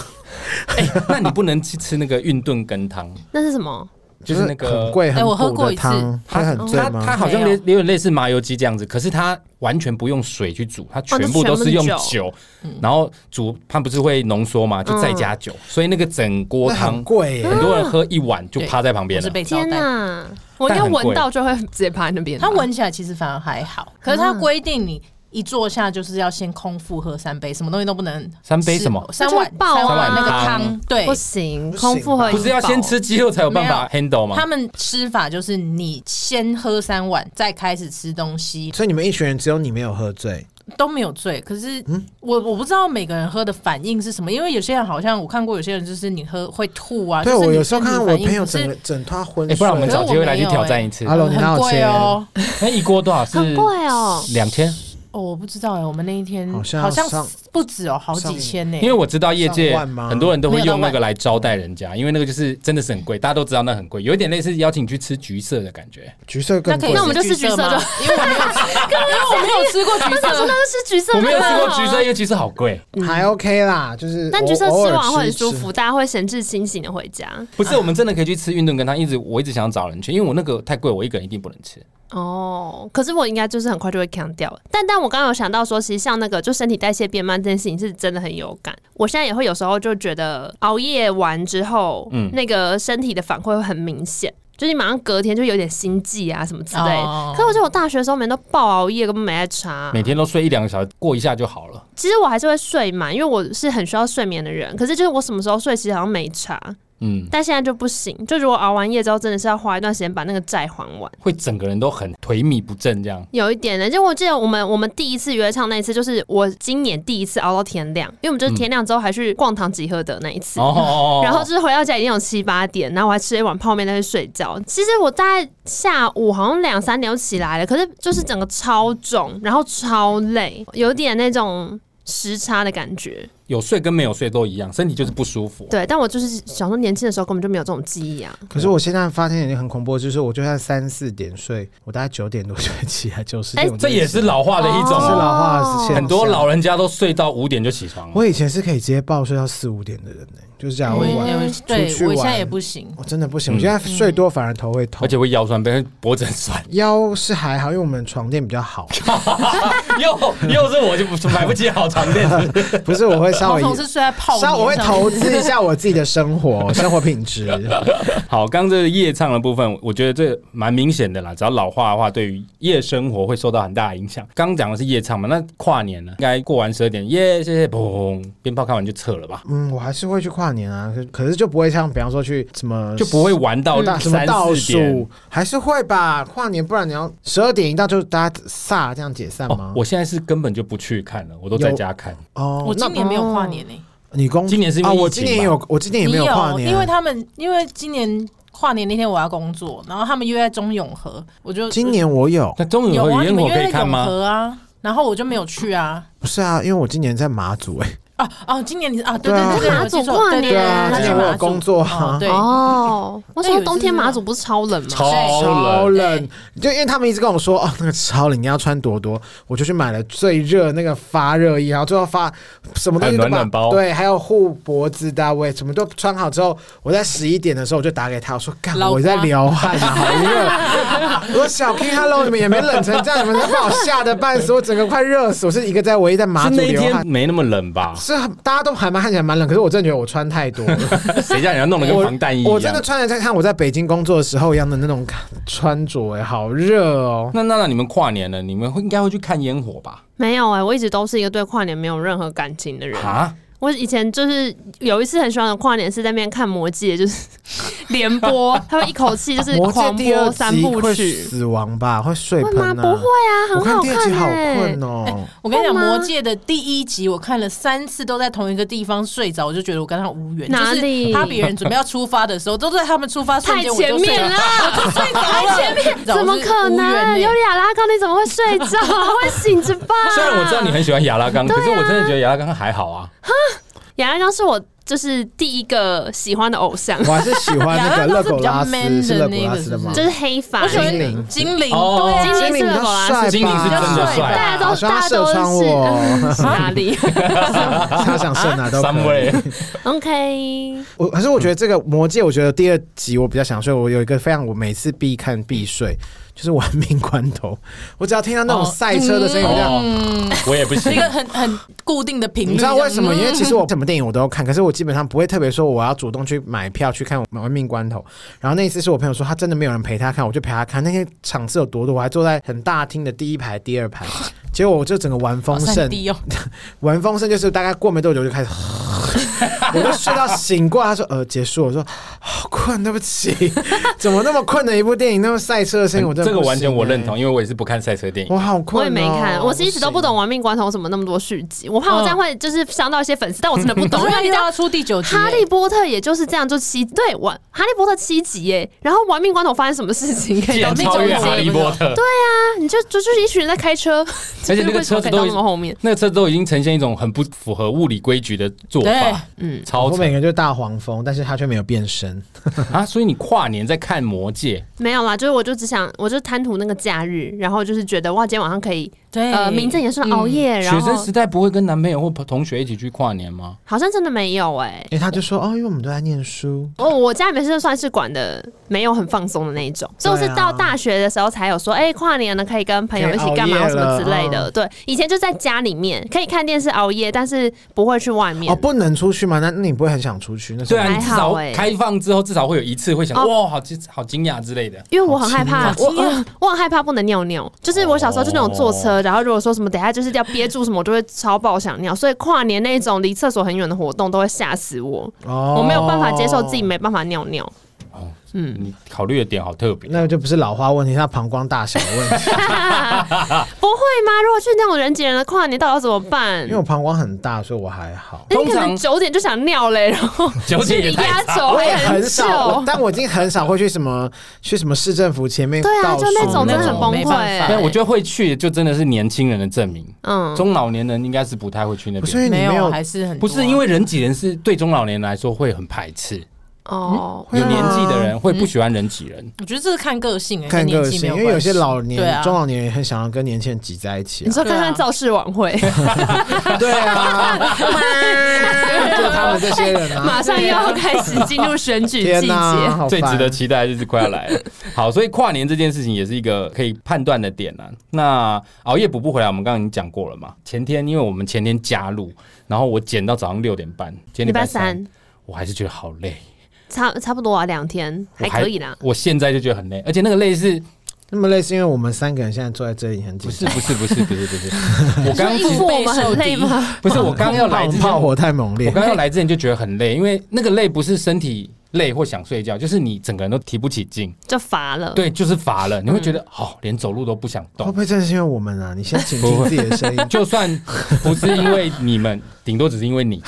S2: 哎那你不能去吃那个运炖羹 汤，
S4: 那是什么？
S2: 就是那
S3: 很
S2: 个。
S3: 贵
S5: 哎
S3: 很
S5: 我喝
S3: 补
S5: 过
S3: 的
S5: 一次
S3: 汤，会很醉
S2: 它
S3: 吗？
S2: 它好像
S5: 没
S2: 类
S5: 有
S2: 有点类似麻油鸡这样子，可是它完全不用水去煮，它全部都是用
S4: 哦那全
S2: 酒，
S5: 嗯
S2: 然后煮它不是会浓缩嘛，就再加酒，所以那个整锅
S3: 那
S2: 汤
S3: 很贵欸耶、
S2: 很多人喝一碗就
S5: 嗯对
S2: 趴在旁边
S5: 我
S2: 了
S5: 是。被招
S4: 天
S5: 待。
S4: 哪！我应该
S2: 但很贵
S4: 闻到就会直接趴在那边吧。
S5: 他闻起来其实反而还
S3: 啊
S5: 好，可是他规定你一坐下就是要先空腹喝三杯，什么东西都不能吃。
S2: 三杯什么
S5: 三
S4: 那
S5: 碗
S4: 就爆啊
S5: 三碗那个汤
S2: 汤，
S5: 对
S4: 不。行，
S3: 不行
S4: 空腹喝
S2: 不是要先吃鸡肉才有办法 handle 吗
S5: 他？们吃法就是你先喝三碗，再开始吃东西。
S3: 所以你们一群人只有你没有喝醉，
S5: 都没有醉，可是
S3: 嗯
S5: 我我不知道每个人喝的反应是什么，因为有些人好像我看过，有些人就是你喝会吐啊。
S3: 对
S5: 就是
S3: 我
S5: 你
S3: 有时候看到我
S5: 身体反
S3: 朋
S5: 应
S3: 友
S5: 可是
S3: 整个整团昏
S2: 哎，
S3: 睡，
S2: 不然我们
S5: 可是
S2: 找
S5: 我
S2: 机会来去
S5: 没有
S2: 挑
S5: 哎
S2: 战一次。
S3: Hello，你好
S5: 很贵
S3: 钱
S5: 哦，
S2: 那一锅多少是？
S4: 很贵哦
S2: 两千。
S5: 哦，我不知道哎，我们那一天
S3: 好像
S5: 好像
S3: 上
S5: 不止哦，好
S3: 上
S5: 几千呢。
S2: 因为我知道业界
S3: 上万吗
S2: 很多人都会用那个来招待人家，因为那个就是真的是很贵，大家都知道那很贵，有一点类似邀请你去吃橘色的感觉。
S3: 橘色更
S5: 可
S3: 贵
S5: 以，
S4: 那我们就吃橘色
S5: 吗
S4: 就，
S5: 因为我没有吃，因为我没 有吃过橘
S4: 我说
S5: 色。
S4: 那是橘色，
S2: 我没有吃过橘色，
S4: 色。
S2: 因为橘色好贵。
S5: 啊嗯
S3: 还 OK 啦，就是
S4: 但
S3: 偶
S4: 橘色
S3: 偶
S4: 吃
S3: 尔
S4: 完会很
S3: 吃
S4: 舒
S3: 吃
S4: 服，大家会神志清醒的回家。
S2: 不是，我们真的可以去吃运动跟他一直我一直想找人去，因为我那个太贵，我一个人一定不能吃。
S4: 哦，可是我应该就是很快就会扛掉。但但我刚刚有想到说，其实像那个就身体代谢变慢这件事情是真的很有感。我现在也会有时候就觉得熬夜完之后，
S2: 嗯
S4: 那个身体的反馈会很明显。就是你马上隔天就有点心悸啊什么之类的
S5: 哦
S4: 可是我觉得我大学的时候每天都爆熬夜，根本没在查、
S5: 啊
S2: 每天都睡一两个小时，过一下就好了。
S4: 其实我还是会睡嘛，因为我是很需要睡眠的人。可是就是我什么时候睡，其实好像没查，
S2: 嗯，
S4: 但现在就不行。就如果熬完夜之后，真的是要花一段时间把那个债还完。
S2: 会整个人都很颓靡不振这样。
S4: 有一点的，就我记得我们我们第一次约唱那一次，就是我今年第一次熬到天亮，因为我们就是天亮之后还去逛堂集合的那一次。
S2: 哦哦哦，
S4: 然后就是回到家已经有七八点，然后我还吃了一碗泡面在那睡觉。其实我大概下午好像两三点就起来了，可是就是整个超肿，然后超累，有点那种时差的感觉。
S2: 有睡跟没有睡都一样，身体就是不舒
S5: 嗯
S2: 服。
S4: 对，但我就是想说，年轻的时候根本就没有这种记忆啊。
S3: 可是我现在发现已经很恐怖，就是我就算三四点睡，我大概九点多就会起来，九十点
S4: 哎
S3: 我就
S2: 这也是
S3: 起来
S2: 老化的一种
S3: 这是
S2: 哦，
S3: 老化的现象
S2: 很多老。人家都睡到五点就起床了。
S3: 我以前是可以直接暴睡到四五点的人呢、就是这样
S5: 我
S3: 会
S5: 也
S3: 玩。
S5: 我也嗯对
S3: 出去
S5: 我现
S3: 玩
S5: 在也不行，
S3: 我真的不行，我现在睡多反而头会
S2: 嗯
S3: 痛
S2: 而，且会腰酸背、脖子很酸，
S3: 腰是还好，因为我们床垫比 较好。
S2: 又又是我就不买不起好床垫，是不是？
S3: 不是，我会稍
S5: 毛
S3: 微
S5: 虫是睡在泡
S3: 稍微我会
S5: 棉上
S3: 投资一下我自己的生活生活 品质。
S2: 好，刚刚这个夜唱的部分，我觉得这蛮明显的啦。只要老化的话，对于夜生活会受到很大的影响。刚刚讲的是夜唱嘛，那跨年呢？应该过完十二点，耶，谢谢，砰，鞭炮看完就撤了吧，
S3: 嗯，我还是会去跨年啊，可可是就不会像比方说去什么
S2: 就不会玩到
S3: 大呃什么
S2: 三
S3: 倒
S2: 四点哦
S3: 数。，还是会吧。跨年，不然你要十二点一到就大家撒这样解散
S2: 哦
S3: 吗，？
S2: 我现在是根本就不去看了，我都在家看。
S3: 哦
S5: 我
S3: 那
S5: 今年没有跨年呢、
S3: 你工
S2: 今年是因为
S3: 啊，
S2: 疫情
S3: 我今年有，我今年也没
S5: 你
S3: 跨年啊，
S5: 因为他们因为今年跨年那天我要工作，然后他们约在中永和，我就
S3: 今年我有，
S2: 那中
S5: 有
S2: 永和
S5: 啊，你
S2: 烟
S5: 们
S2: 火
S5: 约
S2: 可以
S5: 在
S2: 看
S5: 永
S2: 吗？
S5: 和啊，然后我就没有去啊。
S3: 不是啊，因为我今年在马祖哎，
S5: 啊哦，今年你是啊，对
S3: 对
S5: 对
S3: 啊
S5: 对对，
S4: 马
S5: 我记
S4: 祖
S5: 错
S4: 跨
S5: 对对
S4: 年
S5: 对
S4: 啊
S5: 他去
S4: 今年
S5: 马
S3: 我有
S5: 祖
S3: 工作啊
S5: 哦对，
S4: 哦，我想说冬天马祖不是超冷吗？
S2: 超
S3: 超
S2: 冷，
S3: 冷，就因为他们一直跟我说哦，那个超冷，你要穿多多，我就去买了最热那个发热衣，然后最后发什么东西都把
S2: 还有暖暖包
S3: 对，还有护脖子的啊，我也什么都穿好之后，我在十一点的时候我就打给他，我说干，
S5: 老
S3: 我在
S5: 瓜
S3: 流汗啊，好热，我说小 King Hello，你们也没冷成这样，你们把我吓得半死，我整个快热死，我是一个在唯一在马
S2: 是
S3: 祖
S2: 那一
S3: 流汗？
S2: 天。没那么冷吧
S3: 是很大家都还蛮看起来蛮冷，可是我真的觉得我穿太多了。
S2: 谁叫人家弄得跟防弹衣一样？
S3: 我真的穿的在看我在北京工作的时候一样的那种穿着、哎，好热哦。
S2: 那那那你们跨年了，你们会应该会去看烟火吧？
S4: 没有哎、我一直都是一个对跨年没有任何感情的人。
S2: 啊，
S4: 我以前就是有一次很喜欢的跨年是在那边看《魔戒》，就是 连播，他会一口气就是
S3: 魔戒
S4: 狂
S3: 第二
S4: 播三
S3: 集
S4: 部
S3: 会
S4: 曲。
S3: 死亡吧？会睡
S4: 会
S3: 喷
S4: 吗？
S3: 啊？
S4: 不会啊，
S3: 我
S4: 很
S3: 看
S4: 好
S3: 第二集好
S4: 哎、
S3: 困哦。
S5: 我跟你讲，《
S4: 会吗
S5: 魔戒》的第一集我看了三次，都在同一个地方睡着，我就觉得我跟他无缘。
S4: 哪里
S5: 就是他别人准备要出发的时候，都在他们出发瞬
S4: 太
S5: 间我
S4: 前
S5: 就睡
S4: 面了，
S5: 睡着了。前面
S4: 怎么可能？尤里亚拉高，你怎么会睡 着？会醒着吧？
S2: 虽然我知道你很喜欢亚拉冈，可是我真的觉得亚拉冈还好啊。
S4: 亚拉冈是我就是第一个喜欢的偶像，
S3: 我还是喜欢那个
S5: 雅拉
S3: 勒
S5: 都是
S3: 狗
S5: 比较
S3: 拉斯，
S5: man
S3: 是勒
S5: 的
S3: 狗
S5: 那
S3: 拉
S5: 个
S3: 斯的吗？
S5: 是不
S4: 就是黑发
S5: 我喜
S3: 喜欢
S5: 欢
S3: 精灵
S5: 精灵，
S2: 哦
S5: 对啊，
S4: 精灵是
S3: 比
S4: 勒狗
S3: 较
S4: 拉
S3: 帅
S4: 斯
S3: 吧？
S2: 精灵是真的帅
S4: 大家
S3: 好
S4: 都
S3: 像
S4: 大
S3: 他
S4: 家
S3: 射
S4: 都
S3: 穿
S4: 是
S3: 我，
S4: 嗯是 哪 里
S3: 他想射 哪都可以
S2: Somewhere，
S4: ？OK，
S3: 我可是我觉得这个《魔戒》，我觉得第二集我比较想睡。我有一个非常我每次必看必睡，就是《玩命关头》。我只要听到那种
S5: 哦
S3: 赛车的声音，我就
S2: 哦，我也不
S5: 是
S2: 行
S5: 一。个很很固定的频率。
S3: 你知道为什么？
S5: 这
S3: 因
S5: 样
S3: 为其实我什么电影我都看，可是我基本上不会特别说我要主动去买票去看《玩命关头》。然后那一次是我朋友说他真的没有人陪他看，我就陪他看。那些场次有多多，我还坐在很大厅的第一排、第二 排。结果我就整个玩
S5: 嗯
S3: 风
S5: 好像很
S3: 盛，
S5: 低哦，
S3: 玩风盛就是大概过没多久我就开始，我就睡到醒过来，他说呃结束，我说好困，对不起， 怎么那么困的一部电影，那么赛车的声音，我真的
S2: 这个
S3: 不
S2: 完全
S3: 行
S2: 我
S3: 欸
S2: 认同，，因为我也是不看赛车电影。
S3: 我好困、。
S4: 我也没
S2: 哦
S4: 看，我是一直都不懂《
S3: 哦
S4: 亡命关头》为什么那么多续集，我怕我这
S2: 嗯
S4: 样会就是伤到一些粉丝，但我真的不懂。
S5: 因
S4: 因为
S5: 为
S4: 你
S5: 你
S4: 知 道
S5: 要出第九集耶，
S4: 哈利波特也就是这样，就七对完哈利波特七集耶，然后《亡命关头》发生什么事情可以
S2: 竟
S4: 到
S2: 然
S4: 第
S2: 超
S4: 九
S2: 越
S4: 集？
S2: 哈利波特，对，
S4: 啊你就就就是一群人在开车，
S2: 而且那个
S4: 为什么可
S2: 车子
S4: 以
S2: 都
S4: 到那么后面。
S2: 那个车都已经呈现一种很不符合物理规矩的做
S5: 对
S2: 法，嗯，超
S3: 我每个
S2: 扯
S3: 人就是大黄蜂，但是他却没有变身。
S2: 啊！所以你跨年在看《魔戒》，
S4: 没有啦，就是我就只想，我就贪图那个假日，然后就是觉得哇，今天晚上可以
S5: 对
S4: 呃名正言顺地熬夜，哎然
S2: 哎学生
S4: 后
S2: 时代不会跟男朋友或同学一起去跨年吗？
S4: 好像真的没有哎、
S3: 因为他就说哦，因为我们都在念书，
S4: 哦，我家里面是算是管的没有很放松的那一种，所以我是到大学的时候才有说，哎、跨年了可以跟朋友一起干嘛
S3: 啊可以熬夜
S4: 或什
S3: 了嗯
S4: 么之类的。对，以前就在家里面可以看电视熬夜，但是不会去外面。
S3: 哦，不能出去吗？那那你不会很想出去？那时
S2: 对
S3: 候
S2: 啊，
S4: 还
S2: 你至
S4: 好
S2: 少
S4: 欸
S2: 开放之后，至少会有一次会想
S4: 哦
S2: 哇，好惊好惊讶之类的。
S4: 因为我很害怕
S5: 好，
S4: 我
S3: 啊
S5: 惊讶
S4: 呃我很害怕不能尿尿，就是我小时候就那种坐
S3: 哦
S4: 车，然后如果说什么等一下就是要憋住什么，我就会超爆想尿，所以跨年那种离厕所很远的活动都会吓死我，
S3: 哦
S4: 我没有办法接受自己。没办法尿 尿。嗯
S2: 你考虑的点好 特别。
S3: 那就不是老花问题，他膀胱大小的问题。
S4: 不会吗？如果去那种人挤人的跨年，到底要怎么办
S3: 因为？我膀胱很大，所以我还好。
S4: 你哎可
S2: 通
S4: 能
S2: 常
S4: 九点就想尿嘞，然后
S2: 九点
S4: 距
S2: 也
S4: 离
S2: 太
S4: 压
S2: 长
S4: 轴
S3: 我也
S4: 还
S3: 很少，我
S4: 久。
S3: 但我已经很少会去什么去什么市政府前面
S4: 对啊，
S3: 倒
S4: 就
S3: 数
S4: 那种真的很崩
S5: 没
S4: 溃、
S5: 办法
S2: 但
S4: 欸。
S2: 我觉得会去，就真的是年轻人的证明。
S4: 嗯，
S2: 中老年人应该是不太会去那
S3: 不是
S2: 边，
S3: 因为你
S5: 没
S3: 没
S5: 有
S3: 有
S5: 还是很
S2: 不
S5: 多啊
S2: 是因为人挤人是对中老年人来说会很排斥，
S4: 哦，
S2: 有年纪的人会不喜欢人挤人。
S5: 我觉得这是看个性欸，
S3: 看
S5: 跟年
S3: 个
S5: 纪没
S3: 性，因
S5: 有
S3: 为有些
S5: 关系
S3: 老年
S5: 对啊
S3: 中老年人很想要跟年轻人挤在一起
S4: 你
S3: 啊。
S4: 说看看
S5: 对啊
S4: 造势晚会，
S3: 对啊， 就他们这些人啊，
S4: 马上又要开始进入选举季
S3: 天哪，
S4: 节。
S3: 好
S2: 最值
S3: 烦
S2: 得期待的日子快要来了。好，所以跨年这件事情也是一个可以判断的点啊。那熬夜补不回来，我们刚刚已经讲过了嘛。前天因为我们前天加入，然后我剪到早上六点半，今天
S4: 礼拜
S2: 三，
S4: 三
S2: 我还是觉得好累，
S4: 差差不多啊，两天
S2: 我
S4: 还可以啦。
S2: 我现在就觉得很累，而且那个累是
S3: 那么累是因为我们三个人现在坐在这里很紧
S2: 不是
S3: 张，
S2: 不是不是不是不是？我刚
S5: 一直
S4: 我们很累
S5: 备受敌
S4: 吗？
S2: 不是我刚要来
S3: 我
S2: 之前，
S3: 们炮
S2: 我
S3: 火太猛烈。
S2: 刚要来之前就觉得很累，因为那个累不是身体累或想睡觉，就是你整个人都提不起劲，
S4: 就乏了。
S2: 对，就是乏了，你会觉得好、连走路都不想
S3: 会
S2: 动，
S3: 不。会正是因为我们啊？你先倾听自己的声音
S2: 就算不是因为你们，顶多只是因为你。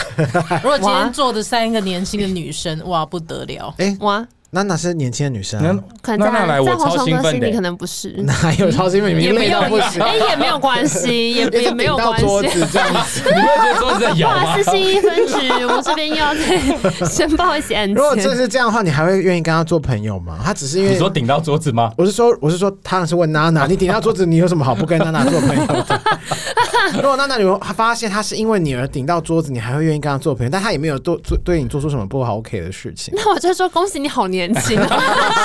S5: 如果今
S4: 哇
S5: 天坐的三个年轻的女生，哇，不得了！
S4: 哇，
S3: 娜娜是年轻的女生啊，
S4: 可能
S2: 那
S4: 在
S2: 那来我
S4: 在黄
S2: 超
S4: 崇
S2: 兴
S4: 哥
S2: 奋
S4: 心
S2: 的
S4: 里
S2: 欸
S4: 可能 不是，
S3: 哪有超兴奋？明
S4: 也
S3: 明
S4: 不
S3: 累到
S4: 用
S3: 不 行，
S4: 哎也没有关 系，也
S3: 一
S4: 也
S3: 直
S4: 没有
S3: 顶到
S4: 关
S3: 桌
S4: 系。
S3: 子这样子。
S2: 你会觉得桌子在
S4: 不
S2: 摇
S4: 好
S2: 吗
S4: 意？思，新一分局，我这边又要再 申报一起案
S3: 如果真
S4: 件。
S3: 是这样的话，你还会愿意跟她做朋友吗？她只是因
S2: 你说
S3: 为。
S2: 顶到桌子 吗？
S3: 我是说，我是说，当然是问娜娜，你顶到桌子，你有什么好不跟娜娜做朋友 的？如果娜娜你有发现她是因为你而顶到桌子，你还会愿意跟她做朋友，但她也没有做做对你做出什么不好 OK 的事情。
S4: 那我就说恭喜你好年轻哦，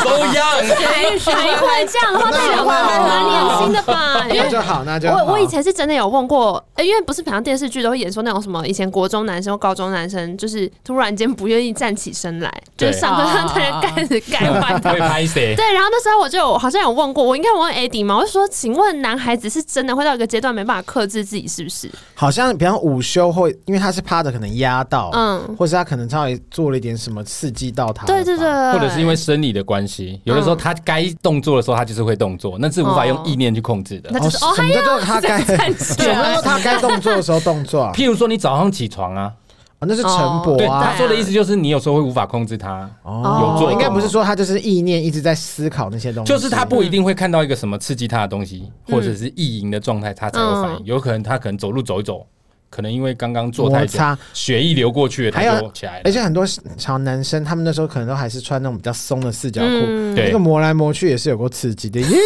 S2: 都一样。
S4: 还还会这样的话，代表我还蛮年轻的吧？哦因
S3: 那
S4: 为
S3: 就好，那就好。
S4: 我我以前是真的有问过，呃因为不是平常电视剧都会演说那种什么，以前国中男生、高中男生，就是突然间不愿意站起身来，就是
S2: 对
S4: 上课上突然
S5: 啊
S4: 开始盖饭
S2: 会拍谁？
S4: 对，然后那时候我就有好像有问过，我应该有问 AD 嘛，我就说，请问男孩子是真的会到一个阶段没办法克制自己，是不是？
S3: 好像比方午休会，因为他是趴着，可能压到，
S4: 嗯
S3: 嗯，或是他可能稍微做了一点什么刺激到他，
S4: 对对对，。
S2: 或者是因为生理的关系，有的时
S4: 嗯
S2: 候他该动作的时候，他就是会动作，那是无法用意念去控制的
S4: 那。
S3: 哦，
S4: 就是哦
S3: 什么叫做他该？什
S4: 站 起
S3: 么叫
S4: 来
S3: 做他该动作的时候动作 啊？
S2: 譬如说，你早上起床啊，
S3: 哦那是陈勃
S2: 对
S3: 啊
S2: 他。说的意思就是你有时候会无法控制他，
S3: 哦
S2: 有做
S3: 应该不是说他就是意念一直在思考那些东西，嗯
S2: 就是他不一定会看到一个什么刺激他的东西，或者是意淫的状态，他才会反应。有可能他可能走路走一走，可能因为刚刚坐太
S3: 摩
S2: 久，
S3: 擦。
S2: 血液流过去了，
S3: 还有
S2: 他就起来了
S3: 而。且很多小男生，他们那时候可能都还是穿那种比较松的四角裤，
S4: 嗯，
S2: 对
S3: 那个，磨来磨去也是有够刺激 的。耶！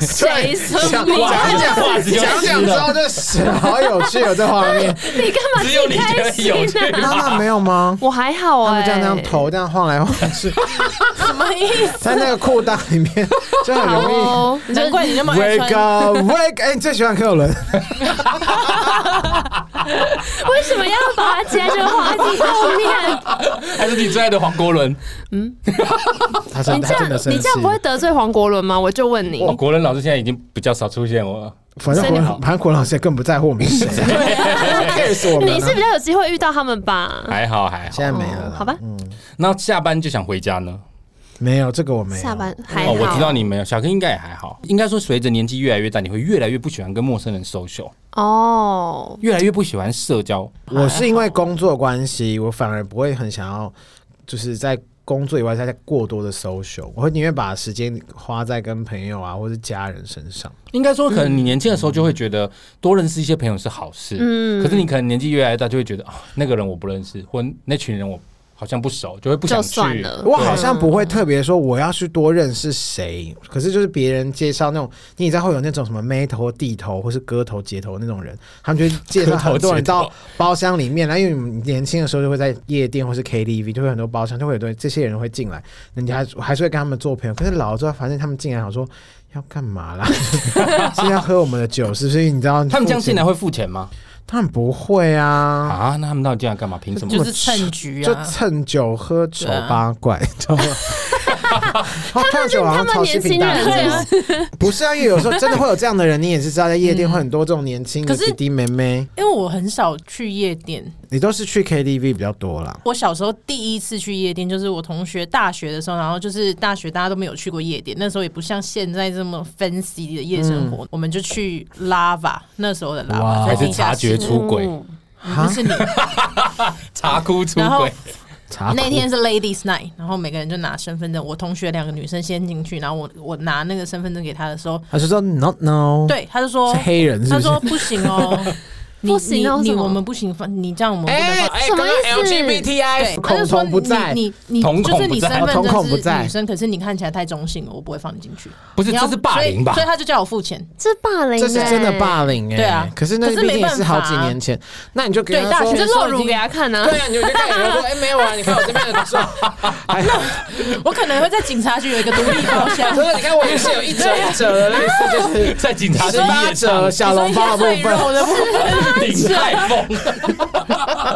S4: 谁说
S3: 讲
S4: 你
S2: 哇
S3: 讲
S2: 哇
S3: 讲讲讲之后，就是好有趣哦，这画 面。
S4: 你干嘛
S2: 只有你觉
S4: 自
S2: 得
S4: 己
S2: 有
S4: 开
S2: 趣
S4: 心啊？
S3: 娜娜没有吗？
S4: 我还好
S3: 他
S4: 哎、
S3: 们这样那样头这样晃来晃去，
S5: 什么意思？
S3: 在那个裤裆里面就很
S4: 好
S3: 容易。
S4: 哦，你就
S5: 难怪你那么爱
S3: Wake
S5: 穿，
S3: up, wake！哎、你最喜欢柯有伦，
S4: 为什么要把它接这个话题 后面？
S2: 还是你最爱的黄国伦？
S3: 他真
S4: 你
S3: 的
S4: 这
S3: 真
S4: 样
S3: 的生
S4: 你
S3: 气
S4: 这样不。会得罪黄国伦吗？我就问你
S2: 哦，，国伦老师现在已经比较少出现我
S3: 反正
S4: 所以
S3: 火
S4: 你
S3: 老，反正火老师也更不在乎我们是谁啊，Who cares 我们啊。
S4: 你是比较有机会遇到他们吧？哦
S2: 还好还好
S3: 现。在没了啦，
S4: 好吧，
S2: 那下班就想回家呢？
S3: 没有这个我没有。
S4: 下班还好。
S2: 哦，我知道你没有，小哥应该也还好。应该说，随着年纪越来越大，你会越来越不喜欢跟陌生人 social，
S4: 哦，
S2: 越来越不喜欢社交。
S3: 我是因为工作关系，我反而不会很想要，就是在工作以外再过多的 social，我会宁愿把时间花在跟朋友啊或是家人身上。
S2: 应该说，可能你年轻的时候就会觉得多认识一些朋友是好事，
S4: 嗯
S2: 可是你可能年纪越来越大，就会觉得啊、那个人我不认识，或那群人我好像不熟，就会不想
S4: 就
S2: 去。
S4: 算了。
S3: 我好像不会特别说我要去多认识谁，可是就是别人介绍那种，你也知道会有那种什么妹头或弟头或是哥头姐头那种人，他们就会介绍很多人
S2: 哥头
S3: 到
S2: 姐
S3: 包厢里面来，因为你年轻的时候就会在夜店或是 KTV 就会有很多包厢，就会有多这些人会进来，那你还还是会跟他们做朋友，可是老了之后发现他们进来想说。要干嘛啦？ 是要喝我们的酒，是不是？你知道
S2: 他们这样进来
S3: 付
S2: 会付钱吗？
S3: 钱，他们不会啊，
S2: 啊，那他们到底进来干嘛？凭什么？
S5: 就是趁局
S3: 就
S5: 啊，
S3: 蹭酒喝丑八 怪，你知道吗？他们
S4: 他们年轻人
S5: 对
S4: 这
S5: 啊
S4: 样，
S3: 不是啊，因为有时候真的会有这样的人，你也是知道，在夜店会很多这种年轻的
S5: 可是
S3: 弟弟妹妹，
S5: 因为我很少去夜店。
S3: 你都是去 KTV 比较多啦。
S5: 我小时候第一次去夜店，就是我同学大学的时候，然后就是大学大家都没有去过夜店，那时候也不像现在这么 fancy 的夜生
S3: 嗯
S5: 活，我们就去 Lava，那时候的 Lava
S2: 还
S5: 在
S2: 是
S5: 地下
S2: 察觉
S5: 室，
S2: 出轨，
S4: 嗯
S5: 不是你。
S2: 查哭出
S5: 嗯然后
S2: 轨，
S3: 查
S5: 那天是 Ladies Night，然后每个人就拿身份证，我同学两个女生先进去，然后我我拿那个身份证给她的时候，
S3: 他就说 No No，，
S5: 对，她就说
S3: 哦是，黑人是
S5: 她
S3: 不是
S5: 说？不行哦。 你
S4: 不行哦
S5: 你
S4: 什
S5: 你
S4: 么
S5: 我们不行，放你这样我们不能
S2: 哎
S5: 放。
S2: 哎，
S4: 什么
S2: 刚刚
S4: 意思
S2: LGBTI，
S5: 对，
S3: 恐
S5: 他就说
S3: 哎同不在
S5: 你你
S2: 瞳
S5: 你
S2: 孔
S5: 就是
S2: 不
S5: 你
S2: 在
S5: 身份
S3: 哦瞳孔不
S5: 证是
S3: 在
S5: 女生，可是你看起来太中性了，我不会放你进去。
S2: 不是
S5: 你要
S2: 这是霸凌吧
S5: 所以？所以他就叫我付 钱。
S4: 这霸凌欸，
S3: 这是真的霸凌哎、
S5: 对啊
S3: 可是那
S5: 可是
S3: 毕
S5: 没
S3: 竟也是好几
S5: 办法啊
S3: 年前，那你就给
S5: 对
S3: 他
S5: 大
S3: 说
S4: 你
S5: 学
S4: 就
S5: 生
S4: 露乳给他看啊！
S3: 对啊，你就跟他说，哎、没有啊，你看我这边的 哎照，还。
S5: 我可能会在警察局有一个独立包 厢
S3: 真的，你看我也是有一折一折的，类似就 是
S2: 在警察
S3: 十
S2: 局
S3: 八
S2: 夜
S3: 折
S2: 场，
S3: 小笼包的部分，
S5: 我的部分，
S2: 顶太疯了。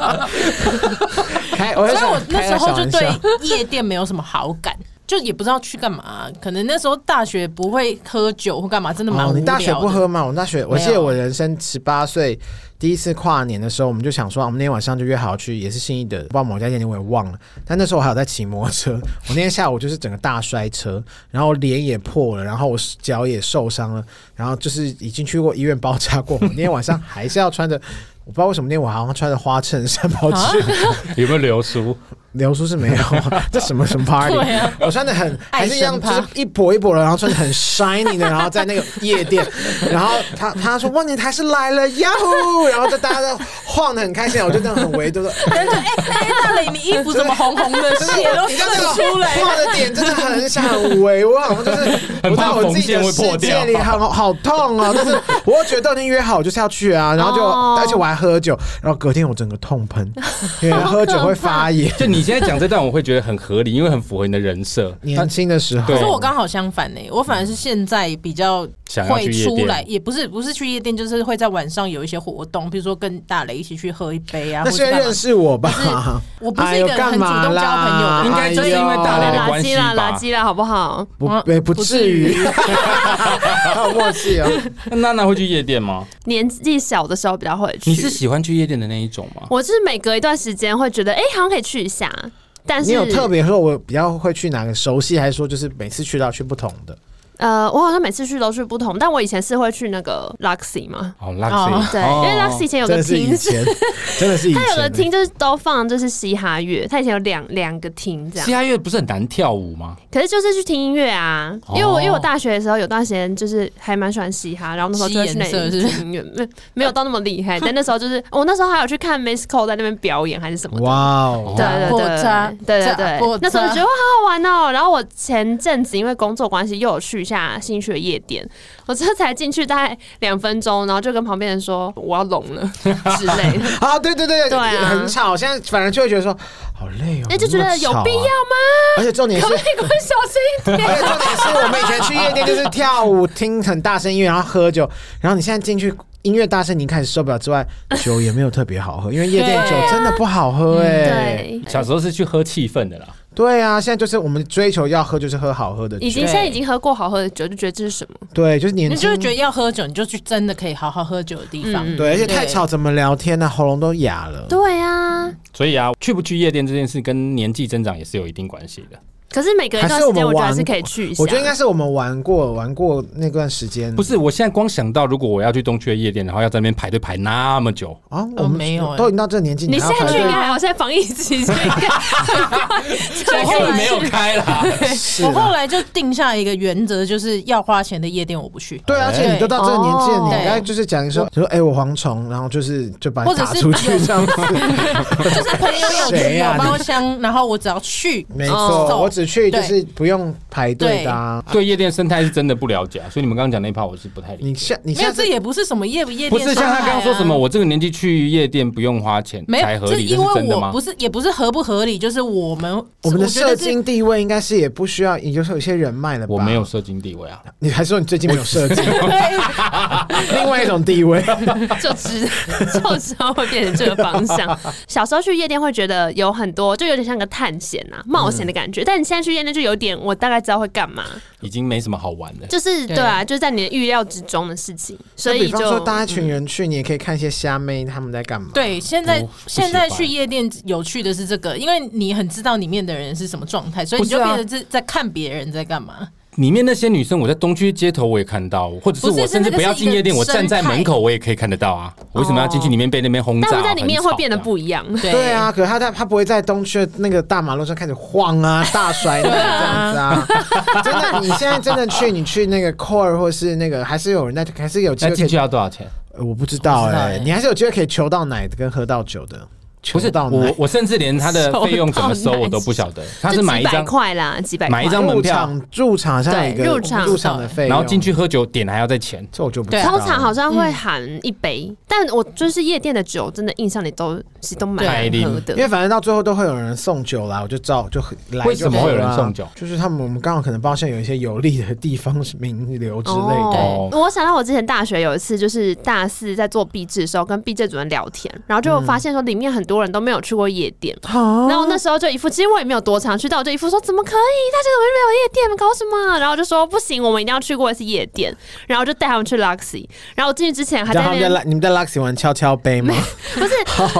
S3: 开，我就
S5: 所以
S3: 想
S5: 我那
S3: 开
S5: 时
S3: 个
S5: 候
S3: 小
S5: 就
S3: 玩
S5: 对
S3: 笑
S5: 夜店没有什么好 感，就也不知道去干嘛。可能那时候大学不会喝酒或干嘛，真的蛮
S3: 哦，
S5: 无聊的。
S3: 你大学不喝吗？我大学，我
S5: 没有
S3: 记得我人生十八岁第一次跨年的时候，我们就想说，我们那天晚上就约好去，也是信义的，不知道某家店，我也忘了。但那时候我还有在骑摩托车， 我那天下午就是整个大摔车，然后脸也破了，然后我脚也受伤了，然后就是已经去过医院包扎过。我那天晚上还是要穿着，我不知道为什么那天我好像穿着花衬衫跑
S5: 啊
S3: 去
S2: 有没有流苏？
S3: 流苏是 没有啊，这什么什么 party？、
S5: 对啊
S3: 我穿的很还是一样，
S5: 爱神
S3: 就
S5: 趴
S3: 是一跛一跛的，然后穿的很 shiny 的，然后在那个夜 店，然后他他说哇，你还是来了呀呼，然后就大家都晃的很开心，我就这样很唯 独的。
S5: 但是哎哎，大磊，你衣服怎么红红的，
S3: 就是
S5: 血 都
S3: 你
S5: 渗
S3: 知道那个
S5: 出来
S3: 画
S5: 了？
S3: 的点真的很想很微，我好像就是
S2: 很
S3: 我在
S2: 怕
S3: 我自己的
S2: 缝线会破
S3: 世 界里
S2: 掉
S3: 很好痛哦，但是我又觉得都已经约好，我就是要去啊，然后就
S4: 哦
S3: 而且我还喝酒，然后隔天我整个痛喷，因为喝酒会发 炎。
S2: 就你现在讲这段，我会觉得很合理，因为很符合你的人设。
S3: 年轻的时候，
S2: 对
S5: 可是我刚好相反呢、我反而是现在比较
S2: 想要去
S5: 会
S2: 夜
S5: 出来，
S2: 店，
S5: 也不是不是去夜店，就是会在晚上有一些活动，比如说跟大雷一起去喝一杯啊，
S3: 那
S5: 或
S3: 是
S5: 者
S3: 因为认识我吧？哎
S5: 我不是一个很主动交朋
S3: 哎
S5: 友的
S3: 呦干嘛啦
S5: 人，
S2: 应该就是因为大
S4: 好
S2: 磊
S4: 啦
S2: 的关系
S4: 垃圾啦，
S2: 吧
S4: 垃。圾啦，好不好？
S3: 不，
S5: 啊
S3: 哎，不至于， 好有默契哦。
S2: 那娜娜会去夜店吗？
S4: 年纪小的时候比较会去。
S2: 你是喜欢去夜店的那一种吗？
S4: 我就是每隔一段时间会觉得，哎、好像可以去一下。但
S3: 你
S4: 是
S3: 有特别说，我比较会去哪个熟悉，还是说就是每次去都要去不同的？
S4: 呃，我好像每次去都去不同，但我以前是会去那个 Luxy 嘛，
S2: 哦，Luxy，
S4: 对，因为 Luxy 以前有
S3: 真
S4: 个
S3: 的是以
S4: 厅，
S3: 前，真的是以前。
S4: 它有个厅就是都放就是嘻哈乐，它以前有两两个厅这样
S2: 嘻。哈乐不是很难跳舞吗？
S4: 可是就是去听音乐啊，因为我、
S2: 哦
S4: 因为我大学的时候有段时间就是还蛮喜欢嘻哈，然后那时候就会去那
S5: 吸
S4: 里
S5: 颜色是不是
S4: 听音乐，没没有到那么厉害，但那时候就是我那时候还有去看 Miss Cole 在那边表演还是什么的。
S3: 哇哦，
S4: 对
S5: 打
S4: 对
S5: 破
S4: 对
S5: 渣
S4: 对对
S5: 打
S4: 对，
S5: 破
S4: 那时候就
S5: 渣
S4: 觉得哇好好玩哦。然后我前阵子因为工作关系又有去一下新区的夜店，我这才进去大概两分钟，然后就跟旁边人说我要聋了之类的，
S3: 啊，对对对
S4: 对啊哎
S3: 很吵。现在反而就会觉得说，好累哦，
S4: 那就觉得有必
S3: 吗？
S4: 要吗？
S3: 而且重点
S4: 可
S3: 是
S4: 不。可以给我小心 一
S3: 而且
S4: 点？
S3: 重点是我们以前去夜店就是跳舞、听很大声音乐，然后喝酒，然后你现在进去音乐大声你一开始受不了之外，酒也没有特别好喝，因为夜店
S5: 对
S3: 酒真的不好喝哎、
S4: 对，
S2: 小时候是去喝气氛的啦，
S3: 对啊，现在就是我们追求要喝就是喝好喝的酒
S4: 已，经现在已经喝过好喝的酒，就觉得这是什么？
S3: 对，就是年
S5: 你
S3: 轻
S5: 就是觉得要喝酒，你就去真的可以好好喝酒的地方。
S4: 嗯
S3: 对，而且太吵怎么聊天呢、喉咙都哑了。
S4: 对啊，
S2: 所以啊，去不去夜店这件事跟年纪增长也是有一定关系的。
S4: 可是每隔一段
S3: 还是
S4: 时
S3: 我
S4: 间，
S3: 们
S4: 我觉得还
S3: 玩
S4: 是可以去一下。
S3: 我觉得应该是我们玩过玩过那段时间，
S2: 不是，我现在光想到如果我要去东区的夜店，然后要在那边排队排那么久，
S3: 啊？我们
S5: 没有欸
S3: 都已经到这个年纪，
S4: 你
S3: 还
S4: 现
S3: 要
S4: 在去
S3: 排
S4: 应
S3: 队
S4: 该还好，现在防疫期间应该很快就
S2: 后面
S4: 可以
S2: 没有开啦。
S3: 是啊
S5: 我
S3: 啦
S5: 后来就定下一个原则，就是要花钱的夜店我不去，
S3: 对，啊而且你都到这个年纪了，
S4: 哦
S3: 你应该就是讲一说，就说哎、我蝗虫，然后就是就把你
S5: 或者
S3: 打
S5: 是哦
S3: 出去这样子，
S5: 就是朋友有
S3: 谁
S5: 去有
S3: 呀
S5: 包厢，然后我只要去，
S3: 没
S5: 哦
S3: 错，我只去就是不用排队的、啊。
S2: 对夜店生态是真的不了解啊，所以你们刚刚讲那一趴我是不太理
S3: 你
S2: 解。
S3: 下你
S5: 没
S3: 下
S5: 有这
S3: 次
S5: 也不是什么夜不夜店、啊
S2: 不是像他刚刚说什么，。我这个年纪去夜店不用花钱
S5: 没
S2: 才
S5: 有，
S2: 合
S5: 这
S2: 理，这
S5: 因
S2: 是
S5: 为
S2: 真的吗
S5: 我不？是，也不是合不合理，就是我们
S3: 我们的
S5: 觉得
S3: 社
S5: 是
S3: 经地位应该是也不需要，也就是有一些人脉了吧？
S2: 我没有，社经地位啊，
S3: 你还说你最近没有 社经， 另外一种地位。
S4: 就知就知道会变成这个方 向。小时候去夜店会觉得有很多，就有点像个探险啊、冒险的感
S3: 嗯
S4: 觉。但你现在去夜店就有点，我大概知道会干嘛，
S2: 已经没什么好玩的。
S4: 就是
S5: 对
S4: 对啊，就是在你的预料之中的事情。所
S3: 就
S4: 以
S3: 比方
S4: 就
S3: 说大家一群人去，你也可以看一些虾妹他们在干嘛。，
S5: 对，现在、
S2: 我不喜
S5: 现在
S2: 欢
S5: 去夜店有趣的是这个，因为你很知道里面的人是什么状态，所以
S2: 不
S5: 你
S2: 是
S5: 就
S2: 啊
S5: 变成是在看别人在干嘛。
S2: 里面那些女生，我在东区街头我也看到，或者是
S5: 不是
S2: 我甚至
S5: 是那个
S2: 不要
S5: 是
S2: 进
S5: 一个
S2: 夜店，我站在
S5: 生态
S2: 门口我也可以看得到啊。我为什么要进去里面被那边轰炸？
S4: 哦
S2: 啊
S4: 但是在里面会
S2: 很吵
S4: 变得
S2: 这样
S4: 不一样。
S5: 对
S3: 对，啊，可是他在他不会在东区的那个大马路上开始晃啊、大甩奶这样子啊。真的，你现在真的去，你去那个 Core 或是那个，还是有人在，还是有机
S2: 那
S3: 会可
S2: 进
S3: 以
S2: 去要多少钱？
S3: 呃我不知道
S5: 我不知道
S3: 哎、
S5: 欸
S3: 你还是有机会可以求到奶跟喝到酒的，求
S2: 不是
S3: 到
S2: 我
S3: 奶，。
S2: 我甚至连他 的费用怎么收
S4: 手到拿
S2: 我都不晓得。他
S4: 就是
S2: 买一
S4: 几百
S2: 张，
S4: 块啦，几百块
S2: 买一张
S3: 入
S2: 门票
S3: 场入场好像有一个
S4: 对入场
S3: 入场的费用，
S2: 然后进去，喝酒，点还要再钱。
S3: 这我就不知
S5: 对
S3: 道
S4: 通
S3: 了。
S4: 常好像会含一杯，但我就是夜店的酒，真的印象里都其实都蛮
S2: 太
S4: 难喝
S2: 灵
S4: 的
S3: 因。为反正到最后都会有人送酒啦，我就照就来就好啦。啊
S2: 为什么会有人送酒
S3: 就是他们我们刚好可能包厢有一些有利的地方是名流之类的。
S2: 哦
S4: 我想到我之前大学有一次，就是大四在做毕制的时候，跟毕制主任聊天，然后就发现说里面很多人都没有去过夜店。
S3: 嗯啊
S4: 然后我那时候就一副，其实我也没有多常去，但我就一副说怎么可以，大家怎么没有夜店，搞什么？啊然后我就说不行，我们一定要去过一次夜店。然后我就带他们去 Luxy，然后我进去之前啊还在
S3: 然后
S4: 那
S3: 他们在
S4: 边，
S3: 拉你们在 Luxy 玩跷跷杯 吗？
S4: 不是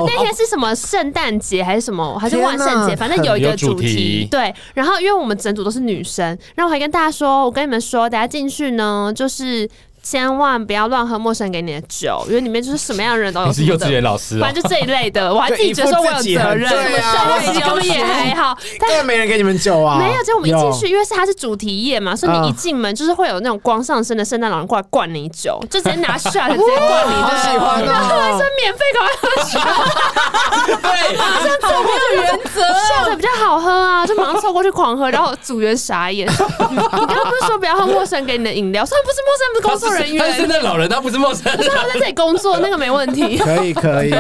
S4: 那天是什么圣诞节还是什么，还是
S3: 天
S4: 万圣节，
S3: 哪
S4: 反正有一个
S2: 有主
S4: 主
S2: 题
S4: 题。对，然后因为我们整组都是女生，然后我还跟大家说，我跟你们说，大家进去呢，就是千万不要乱喝陌生人给你的酒，因为里面就是什么样的人都有
S2: 你
S4: 什
S2: 是
S4: 么的。
S2: 幼稚园老师哦
S4: 反正就这一类的，我还自己觉得说我有责任，
S3: 就一副自己很对啊
S4: 但我其实根本也还好。但
S3: 根本没人给你们酒啊！
S4: 没有，就我们一进
S3: 有
S4: 去，因为是它是主题夜嘛，所以你一
S3: 嗯
S4: 进门就是会有那种光上身的圣诞老人过来灌你酒，就直接拿 shot 直接灌你，
S3: 好喜欢哦
S4: 然后 他还说 免费搞喝 shot，
S2: 对，
S5: 我没有原 则
S4: shot 比较好喝啊，就马上凑过去狂喝，然后组员傻眼， 你刚刚不是说不要喝陌生人给你的饮料？虽然不是陌生人，不是工作人
S2: 他是
S4: 员，
S2: 那老人，他不是陌生
S4: 可 是
S2: 人，
S4: 他们在这里工作，那个没 问题。
S3: 可以 可以，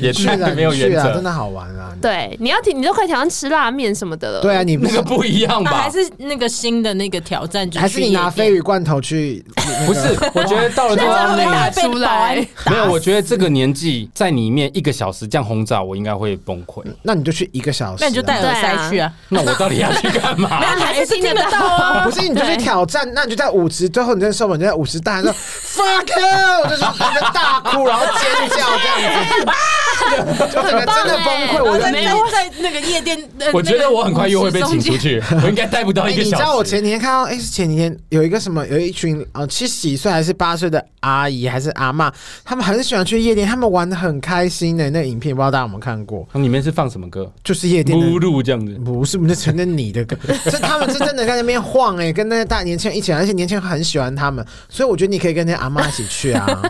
S2: 也
S3: 去
S2: 太
S3: 啊
S2: 没有
S3: 去
S2: 原
S3: 啊，
S2: 则，
S3: 真的好玩啊！
S4: 对，你要你都可以挑战吃拉面什么的了。
S3: 对啊，你不
S2: 那个不一样
S5: 那
S2: 吧
S5: 还？是那个新的那个挑战，就
S3: 还是
S5: 去
S3: 你拿
S5: 夜
S3: 鲱
S5: 店
S3: 鱼罐头去？
S2: 不是，我觉得到了这
S4: 那
S2: 哦个
S4: 真的
S2: 年
S4: 会
S2: 龄
S4: 打
S5: 被
S4: 出来。
S2: 没有，我觉得这个年纪在里面一个小时这样轰炸，我应该会崩溃。
S3: 那你就去一个小时啊，
S5: 那你就戴耳塞去啊，
S2: 那我到底要去干 嘛？
S4: 但还是听得到啊
S3: 不。是，你就去挑战，那你就在舞池，最后你真的受不了，你就在舞池大喊说 “fuck”，you！我就是整个大哭，然后尖叫这样子，就整个真的崩溃。我
S5: 然后
S3: 在
S5: 在
S4: 没有
S5: 在在那个夜店，呃
S2: 我觉得我很快又会被请出。去，我应该待不到
S3: 哎
S2: 一个
S3: 你知
S2: 小时。
S3: 道我前几天看到，哎、是前几天有一个什么，有一群呃七十几岁还是八岁的阿姨还是阿嬷，他们很喜欢去夜店，他们玩的很开心的、那个影片，不知道大家有没有看过？
S2: 里面是放什么歌？
S3: 就是夜店的
S2: 咕噜这样 子。
S3: 不是，不是承认你的歌，是他们是真的在那边晃哎、跟那些大年轻人一起玩，而且年轻人很喜欢他们，所以我觉得你可以跟那些阿妈一起去 啊。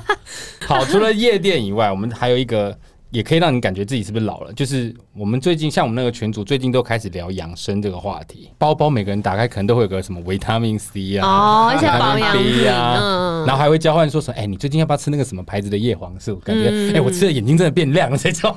S2: 好，除了夜店以外，我们还有一个也可以让你感觉自己是不是老了，就是我们最近像我们那个群组最近都开始聊养生这个话题。包包每个人打开可能都会有个什么维他命 C 啊，
S4: 哦，一些保
S2: 维他
S4: 养
S2: 命 D
S4: 品，
S2: 啊，
S4: 嗯，
S2: 然后还会交换说什么？哎、你最近要不要吃那个什么牌子的叶黄素？感
S3: 嗯
S2: 觉哎、我吃了眼睛真的变亮了这种。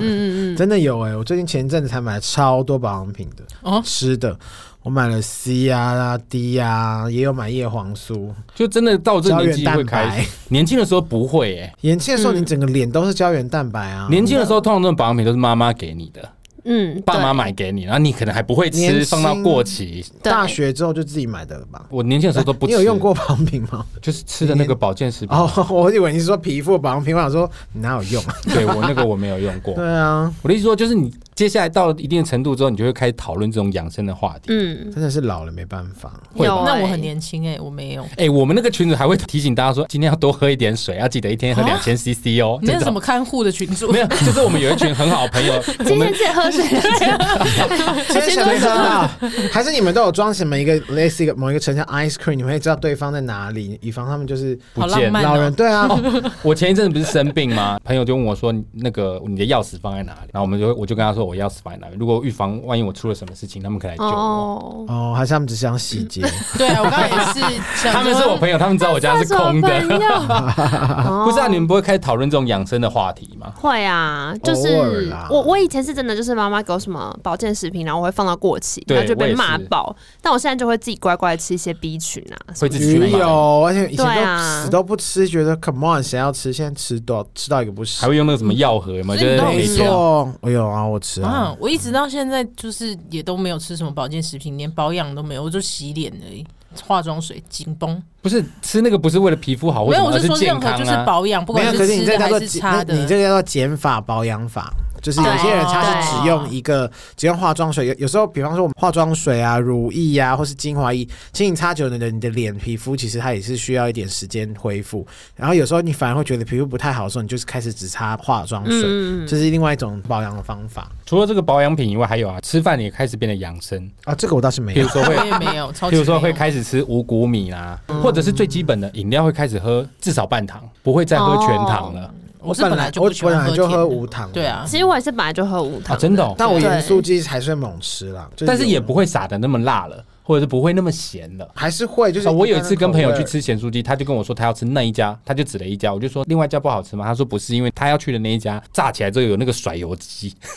S2: 嗯
S3: 真的有哎、我最近前一阵子才买了超多保养品的
S5: 哦
S3: 吃的。我买了 C 啊、D 啊，也有买叶黄素。
S2: 就真的到这个年纪
S3: 胶
S2: 会
S3: 原蛋白
S2: 开始，年轻的时候不会哎、
S3: 年轻的时候，
S4: 嗯
S3: 你整个脸都是胶原蛋白啊。
S2: 年轻的时候，通常这种保养品都是妈妈给你的，
S4: 嗯，
S2: 爸
S4: 对
S2: 妈买给你，然后你可能还不会
S3: 年
S2: 吃，
S3: 轻
S2: 放到过期。
S4: 对
S3: 大学之后就自己买的了吧？
S2: 我年轻的时候都不吃。
S3: 你有用过保养品 吗？
S2: 就是吃的那个保健食品？
S3: 哦，我以为你是说皮肤保养品，我想说你哪有用啊？
S2: 对我那个我没有用过。
S3: 对啊，
S2: 我的意思说，就是你接下来到了一定的程度之后，你就会开始讨论这种养生的话题。
S4: 嗯，
S3: 真的是老了没办 法。
S2: 会
S4: 有、
S5: 那
S4: 欸，
S5: 我很年轻哎、我没有。
S2: 哎、我们那个群主还会提醒大家说，今天要多喝一点水，要记得一天喝两千 CC 哦。
S5: 你
S2: 真
S5: 那是
S2: 的
S5: 什么看护的群主？
S2: 没有，就是我们有一群很好的朋 友，我
S4: 今天
S2: 们
S4: 记得喝水，
S3: 今天什么喝啊？还是你们都有装什么一个类似一个某一个成像 ice cream，你们会知道对方在哪里，以防他们就是
S2: 不
S5: 好
S2: 见
S5: 浪漫、哦
S3: 老人。对 啊，
S2: 我前一阵子不是生病吗？ 朋友就问我说，那个你的钥匙放在哪里？然后我们就我就跟他说，我钥匙放在哪里？如果预防万一我出了什么事情，他们可以来救我。
S4: 哦，
S3: 哦，还是他们只想洗劫。
S5: 对啊，我刚才也是 想。
S2: 他们是我朋友，他们知道我家是空
S4: 那算什
S2: 的。
S4: 么朋 友
S2: 不是啊，你们不会开始讨论这种养生的话题吗？
S4: 会啊，就
S3: 偶尔
S4: 是
S3: 啦
S4: 我我以前是真的就是妈妈给我什么保健食品，然后我会放到过期，
S2: 对
S4: 然后就被
S2: 我
S4: 骂
S2: 也是
S4: 爆。但我现在就会自己乖乖吃一些 B 群啊，什
S2: 会
S4: 么
S2: 自己去
S3: 鱼
S2: 买，
S3: 油，而且以前
S4: 对
S3: 都
S4: 啊
S3: 死都不吃，觉得 come on，谁要吃？现在吃多吃到一个不
S2: 还
S3: 行。
S2: 会用那个什么药盒，有没有？就
S5: 所
S2: 是
S5: 以你都
S2: 每
S3: 没
S2: 天
S3: 错，我有啊，我吃啊
S5: 啊。，我一直到现在就是也都没有吃什么保健食品，连保养都没有，我就洗脸而已，化妆水、紧绷。
S2: 不是吃那个不是为了皮肤好，
S5: 没
S2: 哦为
S5: 有，
S2: 什么
S5: 我
S2: 而
S5: 是说
S2: 健
S5: 任何
S2: 康
S5: 就是
S2: 啊。
S5: 保养，不
S3: 没
S5: 管
S3: 有，
S5: 是
S3: 可是你
S5: 吃
S3: 这
S5: 的
S3: 叫
S5: 还
S3: 做
S5: 是
S3: 减
S5: 擦
S3: 那你
S5: 的。
S3: 这叫做减法保养法。就是有些人他是只用一个，只用化妆水。有有时候，比方说我们化妆水啊、乳液啊，或是精华液，其实你擦久了，你的你的脸皮肤其实它也是需要一点时间恢复。然后有时候你反而会觉得皮肤不太好的时候，你就是开始只擦化妆水，
S4: 嗯
S3: 这是另外一种保养的方法
S2: 除了这个保养品以外，还有啊，吃饭也开始变得养 生，
S3: 啊。这个我倒是没
S2: 比
S3: 有
S2: 如。说会
S5: 我，也没有，嗯超级
S2: 比如说
S5: 没
S2: 会
S5: 有
S2: 开始吃五谷米啦，或者是最基本的饮料会开始喝至少半糖，不会再喝全糖了
S5: 我是
S3: 本
S5: 来就
S3: 我
S5: 不喜
S3: 本来
S5: 欢
S3: 就
S5: 甜
S3: 喝
S5: 的
S3: 无糖，
S5: 对。啊，
S4: 其实我也是本来就喝无
S2: 啊，
S4: 糖，
S2: 真的哦。
S3: 但我
S4: 对
S3: 盐酥鸡还是会猛吃啦，就
S2: 但是也不
S3: 有
S2: 会撒的那么辣了，或者是不会那么咸了。
S3: 还是会就是、
S2: 啊我有一次跟朋友去，吃咸酥鸡，他就跟我说他要吃那一家，他就指了一家，我就说另外一家不好吃吗？他说不是，因为他要去的那一家炸起来之后有那个甩油机，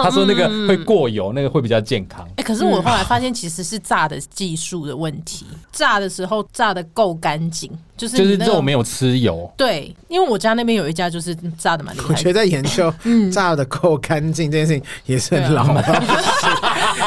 S2: 他说那个
S4: 嗯
S2: 会过油，那个会比较健康。
S5: 哎、可是我后来发现，其实是炸的技术的问题。炸的时候炸的够干净，就是
S2: 就是
S5: 你那个
S2: 肉没有吃油，
S5: 对，因为我家那边有一家就是炸的蛮厉
S3: 我
S5: 害
S3: 觉得
S5: 的。
S3: 在研究炸的够干净这件事情也是很
S5: 嗯对啊
S3: 老了。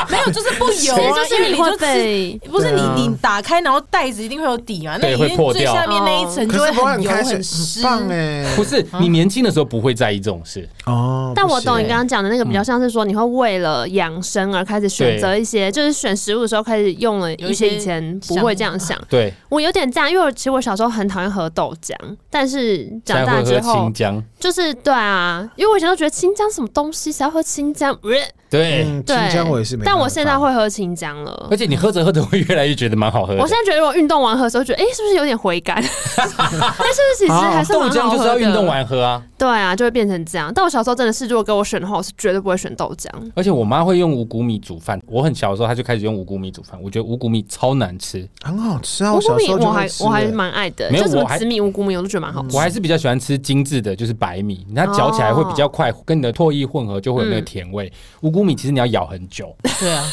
S5: 没有，就是不油
S4: 其实
S5: 啊，
S4: 就
S5: 因
S4: 嗯
S5: 为
S4: 是你
S5: 就
S4: 会
S5: 吃，
S4: 被
S5: 不是
S3: 对啊
S5: 你你打开，然后袋子一定会有底嘛，那
S2: 对
S5: 一
S2: 会
S5: 定
S2: 破
S5: 最
S2: 掉哦
S5: 下面那一层就
S3: 可是不会
S5: 很
S3: 很
S5: 油
S3: 开心，很
S5: 湿。
S3: 棒哎、
S2: 不是
S4: 啊
S2: 你年轻的时候不会在意这种事，
S3: 哦。
S4: 但我
S3: 不行
S4: 懂
S2: 欸
S4: 你刚刚讲的那个，比
S2: 嗯
S4: 较像是说你会为了养生而开始选择一些，就是选食物的时候开始用了一些以前不会这样想。
S2: 对，
S4: 我有点这样，因为我其实我小时候很讨厌喝豆浆，但是长
S2: 才
S4: 大
S2: 会
S4: 之
S2: 喝
S4: 后
S2: 清江，
S4: 就是对啊，因为我以前都觉得清江什么东西，谁要喝清江？呃
S2: 对，
S3: 嗯，
S4: 对，
S3: 清江我也是没办法，
S4: 但我现在会喝清江了
S2: 而。且你喝着喝着会越来越觉得蛮好喝的。
S4: 我现在觉得我运动完喝的时候，觉得哎、诶是不是有点回 甘？但是不是其实还是
S2: 豆
S4: 蛮
S2: 浆
S4: 好
S2: 就是
S4: 喝
S2: 要
S4: 的。
S2: 运动完喝啊，
S4: 对啊，就会变成这样。但我小时候真的是，如果给我选的话，我是绝对不会选豆浆。
S2: 而且我妈会用五谷米煮饭，我很小的时候她就开始用五谷米煮饭，我觉得五谷米超难吃，
S3: 很好吃啊。
S4: 五
S3: 我
S4: 谷
S3: 小
S4: 米
S3: 时候就
S4: 我
S3: 会
S4: 还
S3: 吃
S4: 我还
S3: 欸
S4: 蛮爱的、
S2: 没有
S4: 就什
S2: 我还
S4: 么紫米五谷米我都觉得蛮好吃。
S2: 我还是比较喜欢吃精致的，就是白米，它嚼起来会比较快，跟你的唾液混合就会有那个甜味。五谷米其实你要咬很 久，
S5: 对啊，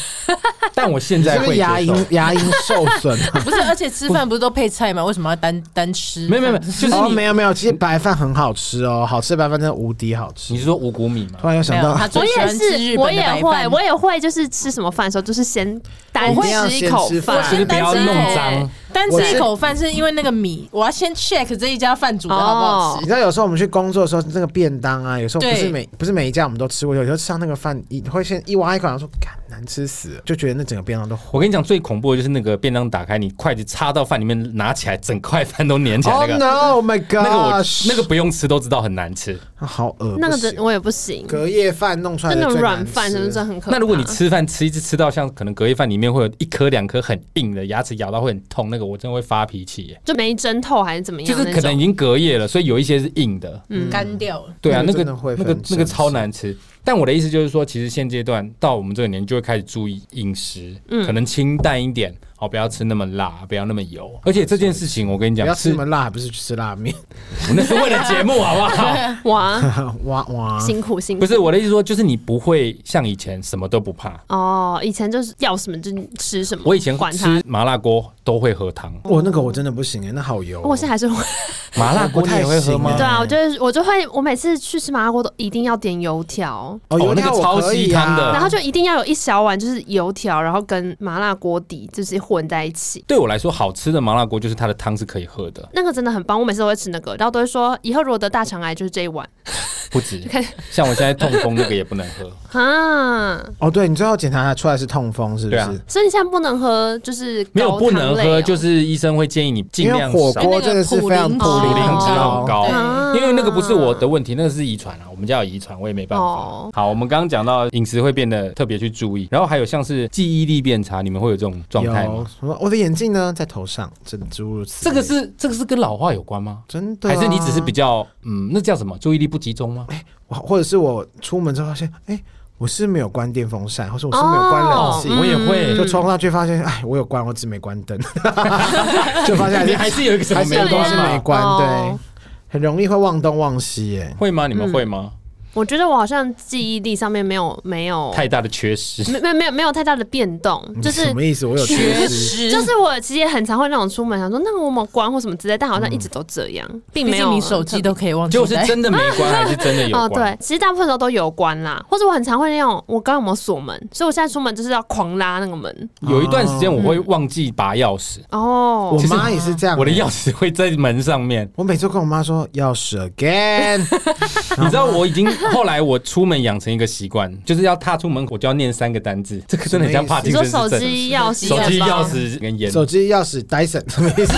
S2: 但我现
S3: 你
S2: 在
S3: 是不
S2: 会
S3: 是牙
S2: 接受。
S3: 龈牙龈受 损啊？
S5: 不是，而且吃饭不是都配菜吗？为什么要单单吃？
S2: 没有没有没有，就是
S3: 哦，
S2: 你
S3: 没有没有，其实白饭很好吃哦，好吃的白饭真的无敌好吃
S2: 你。是说五谷米吗
S3: 突？然又想
S5: 没有，
S3: 到
S5: 他，
S4: 我
S5: 最喜
S4: 也
S5: 欢吃
S4: 是，
S5: 日
S4: 我
S5: 本的
S4: 也
S5: 白
S4: 会，
S5: 饭。
S4: 我也会，就是吃什么饭的时候，就是先单
S3: 我一定要
S4: 吃一
S3: 先
S4: 口
S3: 吃
S4: 饭
S3: 饭，
S2: 就是不要
S5: 先
S2: 弄
S5: 单吃
S2: 脏，
S5: 单
S3: 我
S5: 吃
S3: 是
S5: 一口饭是因为那个米，我要先 check 这一家饭煮的好不好
S4: 哦
S3: 你知道有时候我们去工作的时候，那个便当啊，有时候不是
S5: 对
S3: 每不是每一家我们都吃过，有时候吃到那个饭一会先一挖一口，然后说干难吃死了，就觉得那整个便当都
S2: 我跟你讲，最恐怖的就是那个便当打开，你筷子插到饭里面，拿起来整块饭都粘起来那
S3: Oh
S2: 个。
S3: no! Oh my
S2: 那个我
S3: gosh！
S2: 那个不用吃都知道很难吃。
S3: 啊好恶
S4: 那个
S3: 不行
S4: 真我也不行，就
S3: 隔夜饭弄出来的
S4: 那种
S3: 最难
S4: 软饭
S3: 吃
S4: 什么真的很可怕。
S2: 那如果你吃饭吃一直吃到像可能隔夜饭里面会有一颗两颗很硬的，牙齿咬到会很痛，那个我真的会发脾气耶。
S4: 就没蒸透还是怎么样
S2: 就
S4: 那
S2: 是
S4: 种，
S2: 可能已经隔夜了，所以有一些是硬的。
S5: 干掉了。
S2: 对啊，那
S3: 那个
S2: 个
S3: 真的会
S2: 那个
S3: 很
S2: 那个
S3: 生气
S2: 超难吃。但我的嗯意思就是说，其实现阶段到我们这个年纪就会开始注意饮食，可能清淡一点哦，不要吃那么辣，不要那么油。而且这件事情，我跟你
S3: 不
S2: 讲
S3: 要，吃
S2: 是
S3: 什么辣，不是去吃拉面。
S2: 我那是为了节目，好不好？
S4: 哇，
S3: 哇哇！
S4: 辛苦辛 苦。
S2: 不是我的意思说，就是你不会像以前什么都不怕。
S4: 哦，以前就是要什么就吃什么。
S2: 我以前
S4: 管他
S2: 吃，麻辣锅都会喝汤，
S3: 我那个我真的不行哎、那好油哦、
S4: 我现在还是 会。
S2: 麻辣锅
S3: 不
S2: 你
S3: 太
S2: 也会喝吗
S3: 行
S4: 对
S3: 欸？
S4: 啊，我就是我就会，我每次去吃麻辣锅都一定要点油条，
S3: 哦，油
S2: 哦那
S3: 条
S2: 个
S3: 我可以
S2: 超西
S3: 啊
S2: 汤的
S4: 然后就一定要有一小碗就是油条，然后跟麻辣锅底就是混在一起。
S2: 对我来说，好吃的麻辣锅就是它的汤是可以喝的，
S4: 那个真的很棒，我每次都会吃那个，然后都会说以后如果得大肠癌就是这一碗
S2: 不 止。像我现在痛风那个也不能 喝，
S4: 啊。
S3: 哦，对你最后检查出来是痛风，是不
S2: 对
S3: 是？
S2: 啊
S4: 所以你现在不能喝，就是
S2: 没有
S4: 高
S2: 不
S4: 糖
S2: 能
S4: 类
S2: 喝，
S4: 哦
S2: 就是医生会建议你啊尽
S3: 因为
S2: 量
S3: 火
S2: 少，
S3: 锅真的是非常普
S4: 普林
S3: 林
S4: 脂
S2: 肪高
S5: 对
S4: 啊
S2: 哦嗯因为那个不是我的问题，那个是遗传啊，我们家有遗传，我也没办法。
S4: 哦
S2: 好，我们刚刚讲到饮食会变得特别去注意，然后还有像是记忆力变差，你们会有这种状态
S3: 有
S2: 吗？
S3: 什么？我的眼镜呢，在头上，这诸如此
S2: 这
S3: 类。
S2: 个是这个是跟老化有关吗？
S3: 真的啊、
S2: 还是你只是比较嗯，那叫什么？注意力不集中吗？
S3: 我或者是我出门之后发现，哎、我是没有关电风扇，或者我是没有关冷气。
S2: 我也会
S3: 嗯就冲上去发现，哎，我有关，我只没关灯，就发现还
S2: 你
S3: 是
S2: 还是有一个什么
S3: 还是有
S2: 没
S3: 东
S2: 关
S3: 西
S2: 嘛
S3: 没关，
S4: 哦
S3: 对，很容易会忘东忘西耶。
S2: 会吗？你们会吗？
S3: 嗯
S4: 我觉得我好像记忆力上面没有没有
S2: 太大的缺失。
S4: 没没没有没有太大的变动，就是
S3: 什么意思？我有缺失，
S5: 缺失
S4: 就是我其实也很常会那种出门想说那个我有没有关或什么之类，但好像一
S2: 嗯
S4: 直都这样，并
S5: 毕
S4: 没有
S5: 竟你手机都可以忘记
S2: 结果
S5: 带，
S2: 是真的没关，还是真的有
S4: 哦，
S2: 关？
S4: 对，其实大部分时候都有关啦，或者我很常会那种我刚刚有没有锁门，所以我现在出门就是要狂拉那个门
S2: 有一段时间我
S3: 嗯
S2: 会忘记拔钥匙，
S4: 哦
S3: 我
S2: 其实
S3: 妈也是这样。
S2: 我的钥匙会在门上面。
S3: 我每次跟我妈说钥匙 again，
S2: 你知道我已经后来我出门养成一个习惯，就是要踏出门口就要念三个单字，这个真的很像帕
S4: 你
S2: 金
S4: 说
S2: 森氏
S4: 手
S2: 症。
S4: 机钥匙，
S2: 手机钥
S4: 吧。
S2: 匙跟烟。
S3: 手机钥匙 Dyson 什么意思？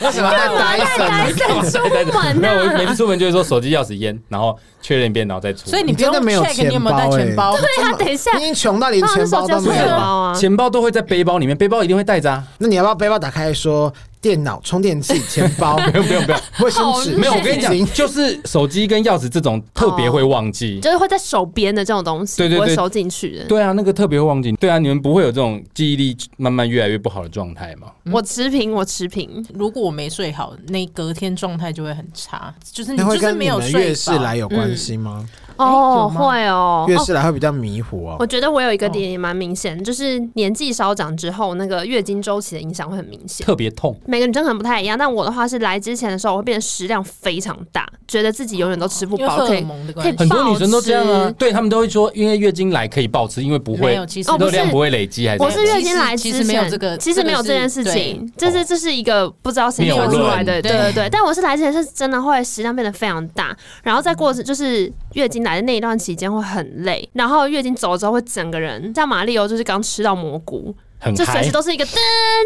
S3: 为什么要带 Dyson？
S4: 还
S3: 呢
S4: 在出门啊
S2: 没有，我
S4: 呢、
S2: 每次出门就会说手机、钥匙、烟，然后确认一遍，然后再 出门。
S5: 所以你不
S3: 真
S5: 用
S3: 的没有
S5: check 你有没有带
S3: 钱
S5: 钱
S3: 包欸
S5: 包，
S4: 对啊，等一下，
S3: 你已经穷到连
S4: 当然
S3: 钱
S4: 是
S3: 包
S4: 手机
S3: 都
S4: 钥匙
S3: 没
S4: 钱
S3: 有
S4: 包
S3: 了。
S4: 啊。
S2: 钱包都会在背包里面，背包一定会带着啊。
S3: 那你要不要背包打开说电脑、充电器、钱 包、
S2: 不用不用不用，
S3: 卫生纸？
S4: 好累
S2: 没有，我跟你讲，就是手机跟钥匙这种特别会忘记。
S4: 就是会在手边的这种东西，
S2: 对对
S4: 不会
S2: 对
S4: 收进去的。
S2: 对啊，那个特别会忘记。对啊，你们不会有这种记忆力慢慢越来越不好的状态吗？
S4: 我持平，我持平。
S5: 如果我没睡好，那隔天状态就会很差，就是你
S3: 那
S5: 就
S3: 会
S5: 是
S3: 跟
S5: 没
S3: 你
S5: 有
S3: 们
S5: 睡
S3: 月事
S5: 饱。
S3: 来有关系吗？
S2: 哎
S4: 哦，
S5: 有吗
S4: 会哦。
S3: 月
S4: 哦
S3: 事来会比较迷糊哦
S4: 我。觉得我有一个
S5: 哦
S4: 点也蛮明显，就是年纪稍长之后，那个月经周期的影响会很明 显。
S2: 特别痛，
S4: 每个女生可能不太一样，但我的话是来之前的时候，我会变得食量非常大，觉得自己永远都吃不
S5: 因为
S4: 饱，
S5: 荷
S4: 可
S5: 尔
S4: 以
S5: 蒙的
S4: 可以
S5: 关系，
S2: 很多女生都这样啊
S4: 暴吃。
S2: 对他们都会说，因为月经来可以暴吃，因为不
S5: 没
S2: 会
S5: 有其实
S4: 哦不
S2: 热
S4: 是
S2: 量不会累积，还是
S4: 我是月经来之前，
S5: 其实其实没有这个
S4: 其实没有这
S5: 这个
S4: 件
S5: 是哦
S4: 事情，这是这是一个不知道谁
S2: 谬
S4: 说
S2: 论
S4: 出来的，对
S5: 对
S4: 对对。但我是来之前是真的会食量变得非常大，然后再过就是月经来的那一段期间会很累，然后月经走了之后会整个人像马里欧，就是刚吃到蘑菇，
S2: 很
S4: 就随
S2: 嗨
S4: 时。都是一个噔，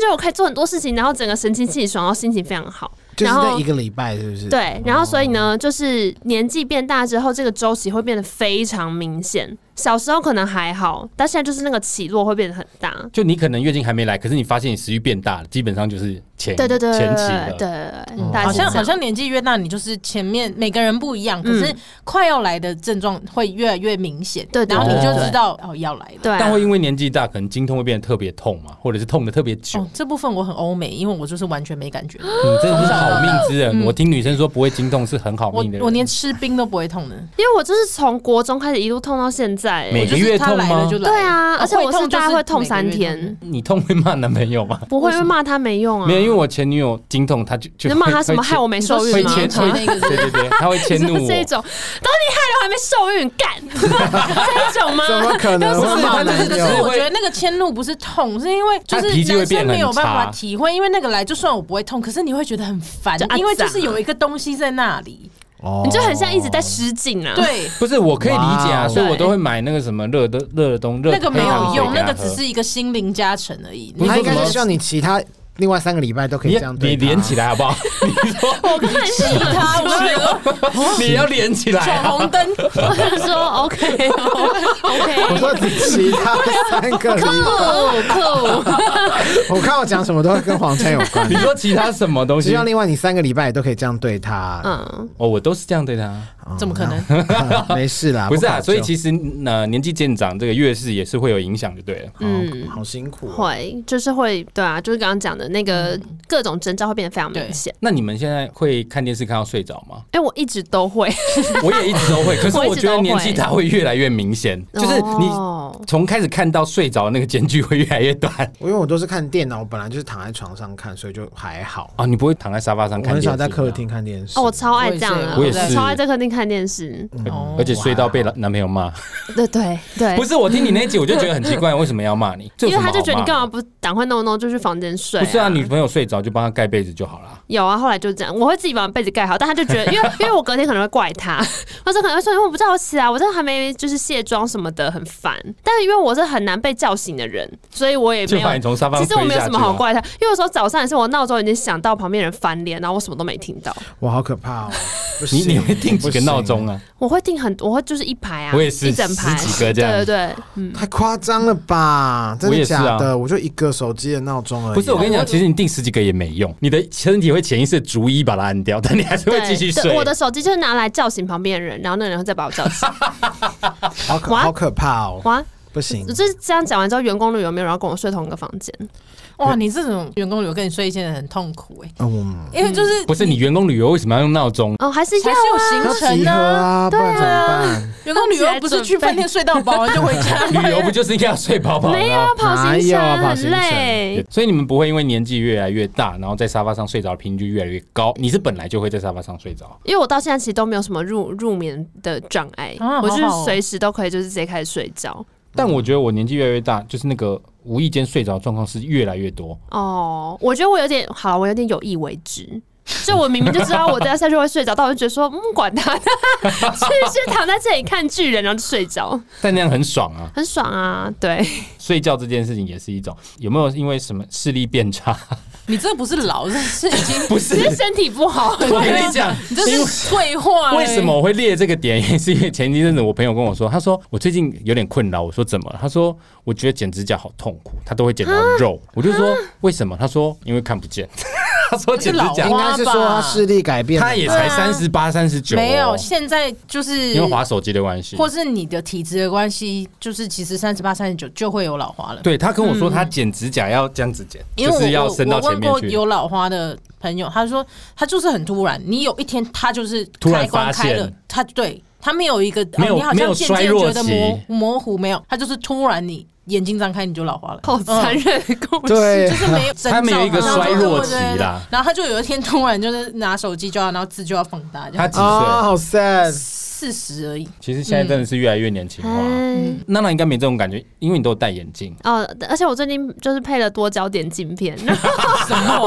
S4: 就我可以做很多事情，然后整个神清气爽，然后心情非常好。
S3: 就是
S4: 然
S3: 那
S4: 后
S3: 一个礼拜，是不哦是？
S4: 对，然后所以
S2: 哦
S4: 呢，就是年纪变大之后，这个周期会变得非常明显。小时候可能还好，但现在就是那个起落会变得很大。
S2: 就你可能月经还没来，可是你发现你食欲变大了，基本上就是前
S4: 对对对，
S2: 前期哦
S4: 对
S2: 了。
S4: 对
S3: 嗯
S4: 对，大概
S5: 好
S4: 是这
S5: 像
S4: 样
S5: 好像年纪越大，你就是前面每个人不一样，可是快要来的症状会越来越明显，
S4: 对对
S5: 然后你
S2: 对
S5: 就
S2: 对
S5: 知道哦要来了。
S4: 对啊，
S2: 但会因为年纪大，可能经痛会变得特别痛嘛，或者是痛的特别久。
S5: 哦，这部分我很欧美，因为我就是完全没感觉，
S2: 你真的是好命之
S4: 嗯
S2: 人。我听女生说不会经痛是很好
S5: 我
S2: 命的人。
S5: 我连吃冰都不会痛的，
S4: 因为我就是从国中开始一路痛到现在、 欸
S2: 每
S5: 我就
S2: 个
S5: 是
S2: 月
S5: 它
S2: 痛
S5: 来
S2: 吗
S5: 了就来了
S4: 对啊
S5: 哦
S4: 而且我是
S5: 痛就
S4: 大概会痛
S5: 每个
S4: 三
S5: 月
S4: 天
S5: 痛
S2: 你痛会骂男朋友吗？
S4: 不会因为骂他没用啊，
S2: 没有， 因为我前女友经痛，她就就
S4: 你骂他
S2: 会
S4: 什么
S2: 会
S4: 害我没受
S2: 会
S4: 孕吗？
S2: 迁
S5: 前
S2: 会
S5: 那个
S2: 对对对，她 会迁
S4: 你
S2: 怒
S4: 说这
S2: 我。
S4: 种，都你害了我还没受孕，干 这一 种吗？
S3: 怎么可 能
S2: 不是
S3: 会
S2: 他
S3: 骂
S2: 就是
S3: 男
S5: 可是
S2: 只
S3: 友？
S5: 我觉得那个迁怒不是痛，是因为就是
S2: 他脾气会
S5: 男
S2: 变
S5: 生
S2: 得很
S5: 没有办
S2: 差
S5: 法体会，因为那个来就算我不会痛，可是你会觉得很烦
S4: 就啊，
S5: 因为就是有一个东西在那里。
S3: 哦
S4: 你就很像一直在失禁啊。，
S5: 对，
S2: 不是，我可以理解
S3: 哇
S2: 啊，
S3: 哦
S2: 所以我都会买那个什么热的热的东热
S5: 那个没有用，
S2: 黑
S5: 那
S2: 糖水给她啊
S5: 个
S2: 喝
S5: 只是一个心灵加成而已。
S2: 你
S5: 你
S3: 他应
S2: 说什
S3: 该
S2: 么
S3: 是希望你其他另外三个礼拜都可以这样
S2: 你
S3: 对
S2: 你
S3: 他
S2: 连起来好不 好？你说
S4: 我看是
S5: 他，我觉得
S2: 你要连起来
S5: 闯
S2: 啊，
S5: 哦 红灯，
S4: 我想说 OK 哦
S3: 我
S4: OK，
S3: 说你其他三个 礼拜，
S4: 哦酷酷，
S3: 我看我讲什么都会跟黄晨有关
S2: 你。说其他什么东
S3: 只
S2: 西
S3: 要？另外你三个礼拜也都可以这样对他，
S4: 嗯，
S2: 哦，我都是这样对她。
S3: 哦
S5: 怎么可能？
S3: 那 没事啦，
S2: 不是啊，
S3: 考究
S2: 所以其实呃，年纪渐长，这个月事也是会有影响，就对了。
S4: 嗯
S3: 哦好辛苦哦。
S4: 会就是会对啊，就是刚刚讲的那个各种征兆会变得非常明
S5: 对
S4: 显。
S2: 那你们现在会看电视看到睡着 吗？
S4: 哎、我一直都会，
S2: 我也一直都会，可是
S4: 我一
S2: 我
S4: 直
S2: 觉
S4: 都
S2: 得年
S4: 会
S2: 纪大会越来越明显，就是你
S4: 哦
S2: 从开始看到睡着的那个间距会越来越短
S3: 因为我都是看电脑，本来就是躺在床上看，所以就还好。
S2: 啊！你不会躺在沙发上
S3: 我
S2: 看电
S3: 很
S2: 视，啊
S3: 少在客厅看电视。
S4: 哦，我超爱这样的，
S2: 我也是我也是
S4: 超爱在客厅看电视。
S5: 哦
S2: 而且睡到被男朋友骂。
S4: 对对 对，
S2: 不是我听你那一集，我就觉得很奇怪，为什么要骂你？这有 什
S4: 因为
S2: 么
S4: 他就觉得
S2: 好
S4: 你干嘛
S2: 骂的？
S4: 不赶快弄弄就去房间睡、
S2: 不是啊，女朋友睡着就帮她盖被子就好 了。
S4: 有啊，后来就这样，我会自己把被子盖好，但他就觉得，因为 因为我隔天可能会怪他， 或者可能会说，因为我不早起啊，我真的还没就是卸妆什么的，很烦。但是因为我是很难被叫醒的人，所以我也
S2: 就
S4: 没有
S2: 把你。从沙发
S4: 其
S2: 上
S4: 实
S2: 推
S4: 我没有
S2: 下
S4: 什
S2: 去
S4: 么好
S2: 啊。
S4: 怪他，因为有时候早上也是我闹钟已经响到旁边人翻脸，然后我什么都没听到。
S3: 哇，好可 怕哦！不
S2: 你
S3: 行
S2: 你会定几个闹？
S3: 不
S2: 钟啊？
S4: 我会定很，我会就是一排啊，
S2: 我也是
S4: 一整排
S2: 十几个这样
S4: 对对对，嗯
S3: 行，太夸张了吧？真
S2: 我也
S3: 的
S2: 是啊
S3: 假的？我就一个手机的闹钟而已啊。
S2: 不是，我跟
S4: 哎
S2: 你讲，其实你定十几个也没用，你的身体会潜意识地逐一把它按掉，但你还是会
S4: 对
S2: 继续
S4: 对
S2: 睡。
S4: 我的手机就是拿来叫醒旁边的人，然后那个人会再把我叫醒。
S3: 好可
S4: 哇
S3: 好可怕哦！
S4: 哇，
S3: 不行
S4: 就，是这样讲完之后，员工旅游没有人要跟我睡同一个房间？
S5: 哇，你这种员工旅游跟你睡一间很痛苦哎、
S3: 嗯，
S5: 因为就是
S2: 不是你员工旅游为什么要用闹 钟？，
S4: 哦，还是要
S5: 还
S4: 啊。
S5: 是有
S3: 要
S5: 行
S3: 集
S5: 程
S3: 合
S5: 啊。
S3: 啊，不然怎么办？
S5: 员工旅游不是去饭店睡到饱然后就回 家
S2: 旅游不就是应该要睡饱饱吗？
S4: 没有啊跑
S3: 哪有
S4: 行程
S3: 啊跑
S4: 很
S3: 行程
S4: 累，
S2: 所以你们不会因为年纪越来越大，然后在沙发上睡着的频率越来越高。你是本来就会在沙发上睡着，
S4: 因为我到现在其实都没有什么入入眠的障碍，
S5: 啊
S4: 我就是
S5: 好好哦
S4: 随时都可以就是直接开始睡觉。
S2: 但我觉得我年纪越来越大，就是那个无意间睡着的状况是越来越多。
S4: 哦，我觉得我有点好，我有点有意为之。就我明明就知道我待下去会睡着，但我就觉得说，嗯，管他的，就是躺在这里看巨人，然后就睡着，
S2: 但那样很爽啊！
S4: 很爽啊。 对，
S2: 睡觉这件事情也是一种。有没有因为什么视力变 差？
S5: 你这不是老，这是已经
S2: 不是
S4: 只，是身体不好。
S2: 我跟 你讲，
S5: 你这是退化、欸。
S2: 为什么？我会列这个点，也是因为前一阵子我朋友跟我说，他说我最近有点困扰，我说怎么了？他说我觉得剪指甲好痛苦，他都会剪到肉。我就说为什么？他说因为看不 见。他说剪指
S5: 这
S2: 甲
S5: 是
S3: 应
S5: 老花
S3: 该是说他视力改变了吧，
S2: 他也才三十八、三十九，哦
S5: 没有，现在就是
S2: 因为滑手机的关系。
S5: 或是你的体质的关系，就是其实三十八、三十九就会有老花了。，
S2: 对他跟我说，他剪指甲要这样子剪，
S5: 嗯因
S2: 就
S5: 为我
S2: 是要伸到
S5: 我
S2: 前
S5: 问
S2: 面
S5: 过
S2: 去。
S5: 有老花的朋友，他说他就是很突然，你有一天他就是
S2: 突然
S5: 开关
S2: 发现
S5: 开了，他对他没有一个
S2: 没有
S5: 哦、你好
S2: 没有
S5: 像渐
S2: 衰
S5: 渐
S2: 弱
S5: 觉得模
S2: 期
S5: 模糊，没有，他就是突然你眼睛张开你就老花了，
S4: 好残忍的故事，
S3: 对
S5: 就，是没有
S2: 哎他没有一个衰弱期啦。
S5: 然后他就有一天突然就是拿手机就要，然后字就要放大，这
S2: 他
S5: 样
S2: 几
S3: 啊，
S2: 岁？
S3: 好 sad。
S5: 四十而已。
S2: 其实现在真的是越来越年轻化。
S4: 哎，
S2: 娜娜应该没这种感觉，因为你都有戴眼镜。
S4: 哦，而且我最近就是配了多焦点镜片，然后
S5: 啊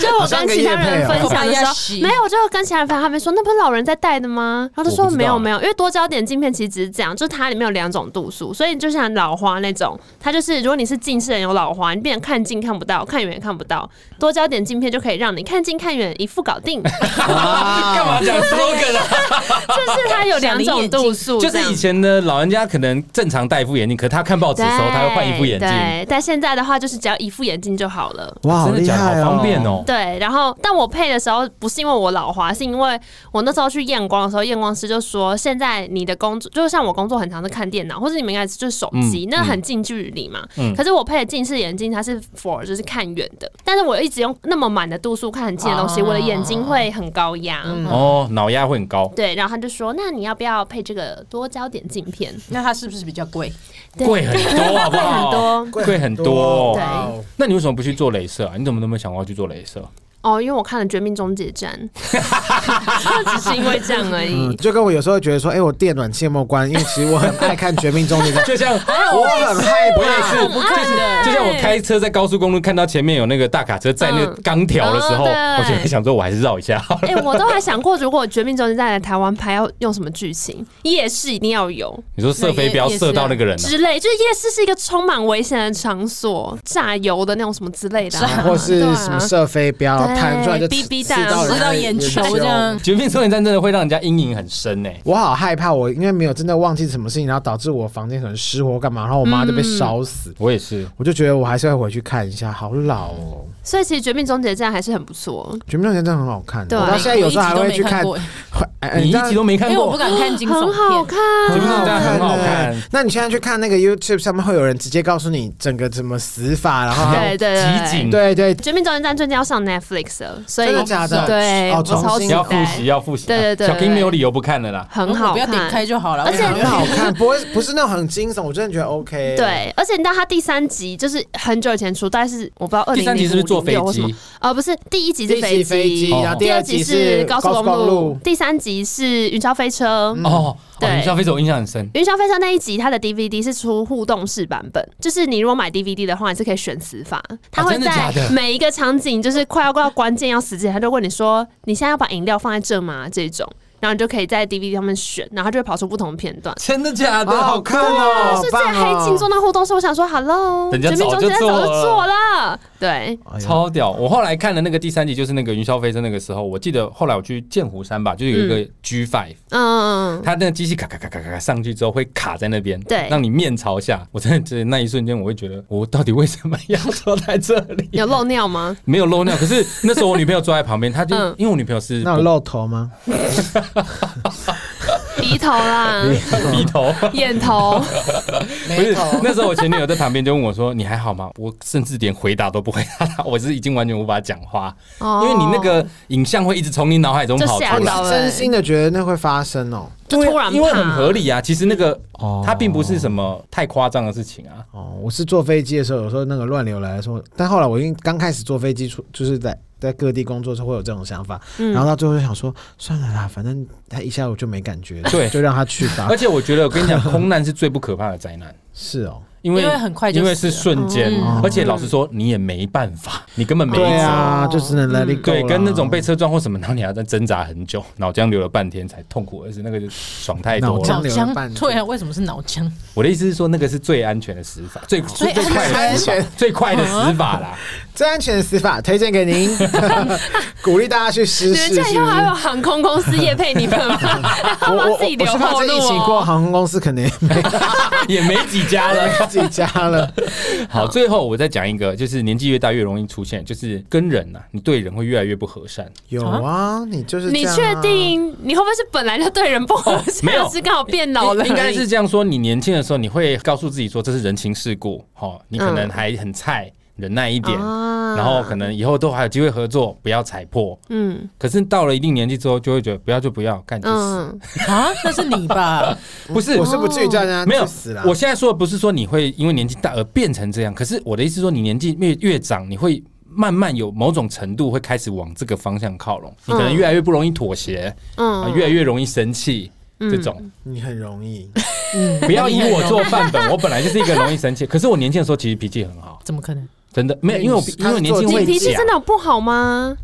S4: 就我跟其他人分享的时啊
S5: 好像个业配哦
S4: 候，没有，就跟其他人分享，他们说那不是老人在戴的吗？然后就
S2: 我
S4: 说
S2: 不知道
S4: 没有没有，因为多焦点镜片其实只是这样，就是它里面有两种度数，所以就像老花那种，它就是如果你是近视人有老花，你变成看近看不到，看远也看不到，多焦点镜片就可以让你看近看远一副搞 定，
S2: 干嘛讲 slogan 啊？
S4: 就是它有两种度数，
S2: 就
S4: 这
S2: 是
S4: 样
S2: 以前的老人家可能正常戴一副眼镜，可他看报纸的时候他会换一副眼镜。
S4: 对，但现在的话就是只要一副眼镜就好了。
S3: 哇，好
S2: 真的
S3: 厉
S2: 假
S3: 害
S2: 的？
S3: 哦！
S2: 好方便。哦。
S4: 对，然后但我配的时候不是因为我老花，是因为我那时候去验光的时候，验光师就说，现在你的工作就像我工作很常是看电脑，或者你们应该是就是手机，
S2: 嗯
S4: 那很近距离嘛。
S2: 嗯
S4: 可是我配的近视眼镜，它是 for 就是看远的，但是我一直用那么满的度数看很近的东西，
S5: 哦
S4: 我的眼睛会很高压。
S2: 哦，脑压会很高，
S4: 对，然后他就说：“那你要不要配这个多焦点镜片？
S5: 那它是不是比较贵？
S4: 对
S2: 贵很多，好不
S4: 贵很
S2: 好？
S4: 多
S2: 贵很多。
S4: 对
S3: 哇哦
S2: 那你为什么不去做镭射啊？你怎么都没有想过要去做镭射？
S4: 哦，因为我看了《绝命终 结战》， 就只是因为这样而已
S3: 嗯，。就跟我有时候觉得说，哎、我电暖气有没有关？因为其实我很爱看《绝命终结者》
S2: ，就啊像
S3: 我很害
S2: 我也是，
S4: 不看
S2: 就是
S4: 的
S2: 就像我开车在高速公路看到前面有那个大卡车在那个
S4: 嗯
S2: 钢条的时候，
S4: 哦对
S2: 我就会想说我还是绕一下好了。
S4: 哎、我都还想过，如果《绝命终结站》来台湾拍，要用什么剧情？夜市一定要有
S2: 你说射飞镖射到那个人啊？
S4: 之类，就是夜市是一个充满危险的场所，榨油的那种什么之类的啊、
S3: 或是什么射飞镖，然后弹出来就
S4: 哎
S3: 刺
S4: BB
S3: 刺到人
S4: 弹
S5: 吃到
S3: 家
S5: 眼
S2: 啊
S5: 球这样。
S2: 绝命终点站真的会让人家阴影很深呢、欸
S3: 我好害怕，我因为没有真的忘记什么事情，然后导致我房间可能失火干嘛，然后我妈就被烧死。
S2: 我也是，
S3: 我就觉得我还是会回去看一下，好老哦，
S4: 所以其实《绝命终结站》还是很不错，
S3: 《绝命终结站》很好看，
S4: 对啊
S3: 我到现在有时候还会去看。
S5: 我一集都没
S3: 会哎哎
S2: 你一
S3: 知道
S2: 集都没
S5: 看
S2: 看
S5: 过因为我不
S2: 过，
S5: 敢看惊悚
S4: 很
S5: 片，
S4: 好看。
S2: 绝命终点站很好看
S3: 欸。那你现在去看那个 YouTube 上面，会有人直接告诉你整个怎么死法， 然后
S4: 对对对，
S2: 集锦
S3: 对对，
S4: 《绝命终结站》最近要上 Netflix 了，所以
S3: 真的假的
S4: 对，
S3: 哦
S4: 我超
S3: 重
S4: 期
S3: 新
S2: 要复习，
S4: 待，
S2: 要复习。
S4: 对对对
S2: 小 King 没有理由不看的啦。
S4: 很好
S5: 哦不要点
S4: 看。
S5: 开就好了。
S4: 而且
S5: 我
S3: 很
S5: 想
S3: 好看，不会不是那种很惊悚，我真的觉得 OK。，
S4: 对，而且你知道他第三集就是很久以前出，但是我不知道二
S2: 第
S4: 零
S2: 三集是不是坐飞
S4: 或什么
S2: 机？
S4: 呃，不是，第一集是
S3: 第一集飞机，
S2: 哦
S3: 然后
S4: 第
S3: 二
S4: 二
S3: 集
S4: 集是高速
S3: 公
S4: 公路，第三集是云霄飞车。
S2: 哦，
S4: 嗯对
S2: 哦，消费者我印象很深。
S4: 云霄飞车那一集，它的 DVD 是出互动式版本，就是你如果买 DVD 的话，你是可以选死法，它会
S2: 哦真的假
S4: 在
S2: 的
S4: 每一个场景，就是快要到关键要死之前，它就问你说：“你现在要把饮料放在这吗？”这种，然后你就可以在 DVD 上面选，然后它就会跑出不同的片段。
S2: 真的假的？
S3: 好好看哦，
S4: 啊是
S3: 好
S4: 这
S3: 棒哦
S4: 黑镜做那互动时，我想说，Hello，
S2: 啊人家
S4: 绝命
S2: 早
S4: 终
S2: 就
S4: 结站早就
S2: 做了
S4: 做了，对，
S3: 哎呦
S2: 超屌！我后来看的那个第三集就是那个云霄飞车那个时候，我记得后来我去剑湖山吧，就是有一个 G Five，、
S4: 嗯，
S2: 它那个机器咔咔咔咔咔上去之后会卡在那边，
S4: 对
S2: 让你面朝下。我真的觉得那一瞬间，我会觉得我到底为什么要坐在这里？
S4: 有漏尿吗？
S2: 没有漏尿，可是那时候我女朋友坐在旁边，她就、
S4: 嗯
S2: 因为我女朋友是
S3: 那有露头吗？
S4: 鼻头 啦，
S2: 鼻头。
S4: 眼头，
S2: 不是，那时候我前女友在旁边就问我说：“你还好吗？”我甚至连回答都不回答她， 我是已经完全无法讲话，
S4: 哦
S2: 因为你那个影像会一直从你脑海中
S4: 就
S2: 跑
S4: 吓
S2: 出来
S4: 到。了
S3: 真心的觉得那会发生哦。
S4: 就
S2: 对啊
S4: 突然
S2: 因为
S4: 怕
S2: 很合理啊，其实那个
S3: 哦
S2: 它并不是什么太夸张的事情啊。
S3: 哦，我是坐飞机的时候，有时候那个乱流来的时候，但后来我因为刚开始坐飞机出，就是在在各地工作的时候会有这种想法，
S4: 嗯
S3: 然后到最后就想说算了啦，反正他一下我就没感觉了，
S2: 对
S3: 就让他去吧
S2: 而。且我觉得，我跟你讲，空难是最不可怕的灾难，
S3: 是哦，
S2: 因为
S5: 因为很快就
S2: 因为是
S5: 死了
S2: 瞬间
S5: 嗯，
S2: 而且老实说，你也没办法，你根本没
S3: 对
S2: 辙。
S3: 啊，就只能 let it go
S2: 对，
S3: 啦
S2: 跟那种被车撞或什么，然后你还要再挣扎很久，脑浆流了半天才痛苦，而且那个就爽太多
S3: 脑
S2: 了
S3: 浆。
S5: 脑
S3: 流了半
S5: 浆，
S3: 天
S5: 对啊，为什么是脑浆？
S2: 我的意思是说，那个是最安全的死法，最最最快
S3: 安
S2: 的死
S3: 全
S2: 法，最快的死法 啦。
S3: 最安全的死法推荐给 您，鼓励大家去
S4: 你
S3: 试
S4: 们
S3: 试。
S4: 这样以
S3: 是
S4: 后
S3: 不是
S4: 还有航空公司业配你们吗？
S3: 我我
S4: 帮自己
S3: 我
S4: 留
S3: 是怕
S4: 后
S3: 这
S4: 路
S3: 疫情过，
S4: 哦。
S3: 航空公司肯定
S2: 也没几家了。
S3: 自己加 了。
S2: 好，最后我再讲一个，就是年纪越大越容易出现，就是跟人呐、啊，你对人会越来越不和善。
S3: 有啊，你就是
S4: 你
S3: 这样啊
S4: 确？定？你会不会是本来就对人不合
S2: 没有
S4: 适，是刚好变老了而已？
S2: 应该是这样说：你年轻的时候，你会告诉自己说这是人情世故，哦，你可能还很菜，忍耐一点，
S4: 啊
S2: 然后可能以后都还有机会合作，不要踩破。
S4: 嗯
S2: 可是到了一定年纪之后，就会觉得不要就不要，干就死。
S4: 嗯，
S5: 啊，那是你吧？
S2: 不是，
S3: 我是不至于叫人家
S2: 没有
S3: 去死啦。
S2: 我现在说的不是说你会因为年纪大而变成这样，可是我的意思是说，你年纪越越长，你会慢慢有某种程度会开始往这个方向靠
S5: 嗯
S2: 拢，你可能越来越不容易妥协，
S4: 嗯
S2: 啊越来越容易生气。这种
S5: 嗯
S3: 你很容易，
S2: 不要以我做范本，我本来就是一个容易 生气。可是我年轻的时候其实脾气很好，
S5: 怎么可能？
S2: 真的没有，因为我
S3: 嗯
S2: 因为年轻
S4: 你
S2: 会
S4: 脾气
S2: 讲
S4: 真，的有不好吗？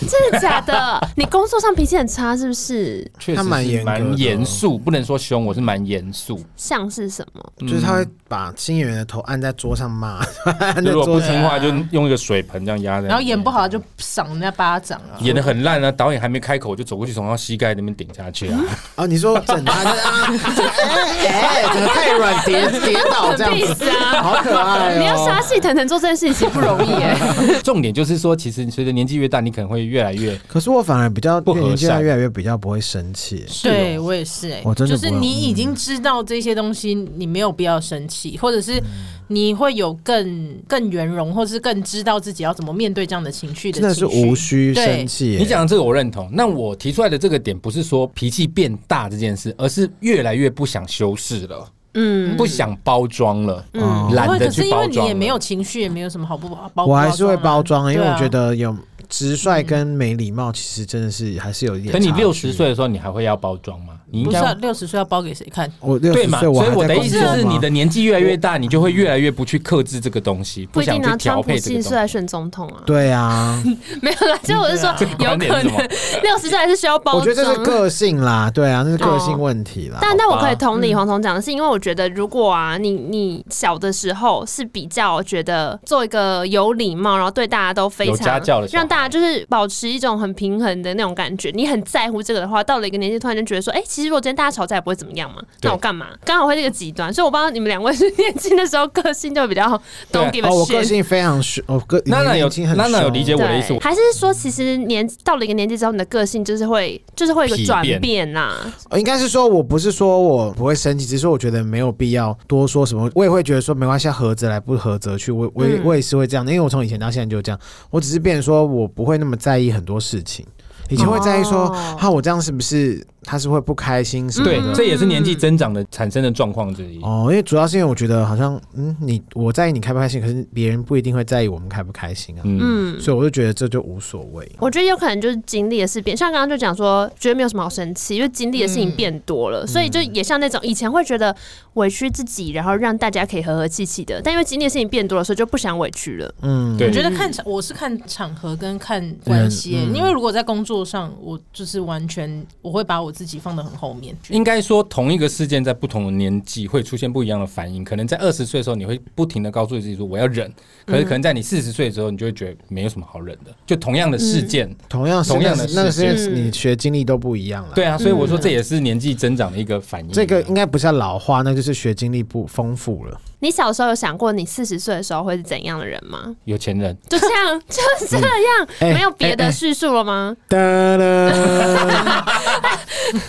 S4: 真的假的？你工作上脾气很差是不是？
S2: 确实
S3: 他
S2: 是
S3: 蛮严格的
S2: 蛮严肃，不能说凶，我是蛮严肃。
S4: 像是什么？
S2: 嗯
S3: 就是他会把新演员的头按在桌上骂， 按
S2: 就
S3: 在
S2: 如果
S3: 桌
S2: 不
S3: 上
S2: 听话，就用一个水盆这样压在那边。
S5: 然后演不好就赏人家巴掌啊！
S2: 演的很烂啊，导演还没开口就走过去，从他膝盖那边顶下去啊。
S3: 哦，你说整他 就是啊，这个哎哎，整个太软跌跌倒这
S4: 屁
S3: 样子，
S4: 事啊！
S3: 好可爱
S4: 你要杀
S3: 哦。
S4: 气腾腾做这件事情其实不容易耶。
S2: 啊重点就是说，其实随着年纪越大，你可能会越来越
S3: 可是我反而比较
S2: 不和
S3: 年纪
S2: 善
S3: 大越来越比较不会生气，
S5: 对我也是哎、
S3: 我哦真的
S5: 就
S3: 不嗯
S5: 是
S3: 会
S5: 你已经知道这些东西，你没有必要生气，或者是
S3: 嗯
S5: 你会有更更圆融，或是更知道自己要怎么面对这样的情绪
S3: 真的是
S5: 情绪
S3: 无需生气耶。
S2: 你讲的这个我认同。那我提出来的这个点不是说脾气变大这件事，而是越来越不想修饰了，
S4: 嗯，
S2: 不想包装了，
S4: 嗯
S5: 不
S2: 懒
S5: 会，
S2: 得
S5: 可是
S2: 去
S5: 因
S2: 包
S5: 为你
S2: 装
S5: 也
S2: 了。
S5: 没有情绪，也没有什么好不好包。
S3: 我还是会包
S5: 包
S3: 装，
S5: 啊，
S3: 因为
S5: 对啊
S3: 我觉得有直率跟没礼貌，其实真的是还是有一点。
S2: 可你六十，岁的时候，你还会要包装吗？你应
S5: 不是啊
S2: 该。
S5: 六十岁要包给谁看？
S3: 我六
S2: 对
S3: 十
S2: 嘛？
S3: 岁，
S2: 所以
S3: 还
S2: 我
S3: 在
S2: 的
S3: 工
S2: 意思
S3: 作
S2: 是，
S3: 吗
S2: 你的年纪越来越大，你就会越来越不去克制这个东西，
S4: 不一
S2: 想
S4: 定
S2: 去
S4: 啊，
S2: 调
S4: 川普
S2: 配
S4: 七
S2: 这
S4: 十
S2: 个
S4: 岁
S2: 东
S4: 来
S2: 西。
S4: 选总统啊，
S3: 对啊，
S4: 没有啦，就我 是说有
S2: 观点
S4: 可
S2: 是什么
S4: 能六十岁还是需要包
S3: 我觉得这是
S4: 装
S3: 个性啦，对啊，那是个性
S4: 哦
S3: 问题啦。
S4: 但但我可以同理
S5: 嗯
S4: 黄总讲的是，因为我觉得如果啊，你你小的时候是比较觉得做一个有礼貌，然后对大家都非
S2: 有家
S4: 常
S2: 教的小孩
S4: 让大家就是保持一种很平衡的那种感觉，你很在乎这个的话，到了一个年纪，突然就觉得说，哎、其实如果今天大家吵架也不会怎么样嘛，
S2: 对
S4: 那我干嘛？刚好会这个极端，所以我不知道你们两位是年轻的时候个性就比较 don't
S2: 对
S4: give
S3: 哦，我个
S4: a shit。
S3: 性非常凶，我个
S2: 娜娜有
S3: 年轻很
S2: 娜娜有
S3: 凶
S2: 理解我的意思
S4: 对，还是说，其实年到了一个年纪之后，你的个性就是会，就是会有一
S2: 疲
S4: 个转
S2: 变
S4: 变啊呐、
S3: 应该是说我不是说我不会生气，只是说我觉得没有必要多说什么。我也会觉得说没关系，合则来，不合则去。我我也、
S4: 嗯
S3: 我也是会这样的，因为我从以前到现在就这样。我只是变成说我不会那么在意很多事情，以前会在意说，啊
S4: 哦
S3: 哈、我这样是不是他是会不开心
S5: 嗯
S3: 什么
S2: 对
S3: 的。，
S2: 这也是年纪增长的产生的状况之一。
S3: 哦，因为主要是因为我觉得好像，嗯，你我在意你开不开心，可是别人不一定会在意我们开不开心啊，
S2: 嗯，
S4: 嗯，
S3: 所以我就觉得这就无所谓。
S4: 我觉得有可能就是经历的事变，像刚刚就讲说，觉得没有什么好生气，因为经历的事情变多了，所以就也像那种以前会觉得委屈自己，然后让大家可以和和气气的，但因为经历的事情变多了，所以就不想委屈了。
S3: 嗯，
S2: 对
S5: 我觉得看场，我是看场合跟看关系
S3: 嗯
S5: 耶、因为如果在工作上，我就是完全我会把我自己放得很后面。
S2: 应该说同一个事件在不同的年纪会出现不一样的反应。可能在二十岁的时候，你会不停的告诉自己说我要忍，可是可能在你四十岁的时候，你就会觉得没有什么好忍的。就同样的事件，
S3: 同样是
S2: 同样的
S3: 那那个
S2: 事情
S3: 是你学经历都不一样了。
S2: 对啊，所以我说这也是年纪增长的一个反应。啊
S3: 这个应该不叫老化，那就是学经历不丰富了。
S4: 你小时候有想过你四十岁的时候会是怎样的人吗？
S2: 有钱人，
S4: 就这样，就是这样，
S3: 哎
S4: 没有别
S3: 哎
S4: 的
S3: 哎
S4: 叙述了吗？
S3: 哒 啦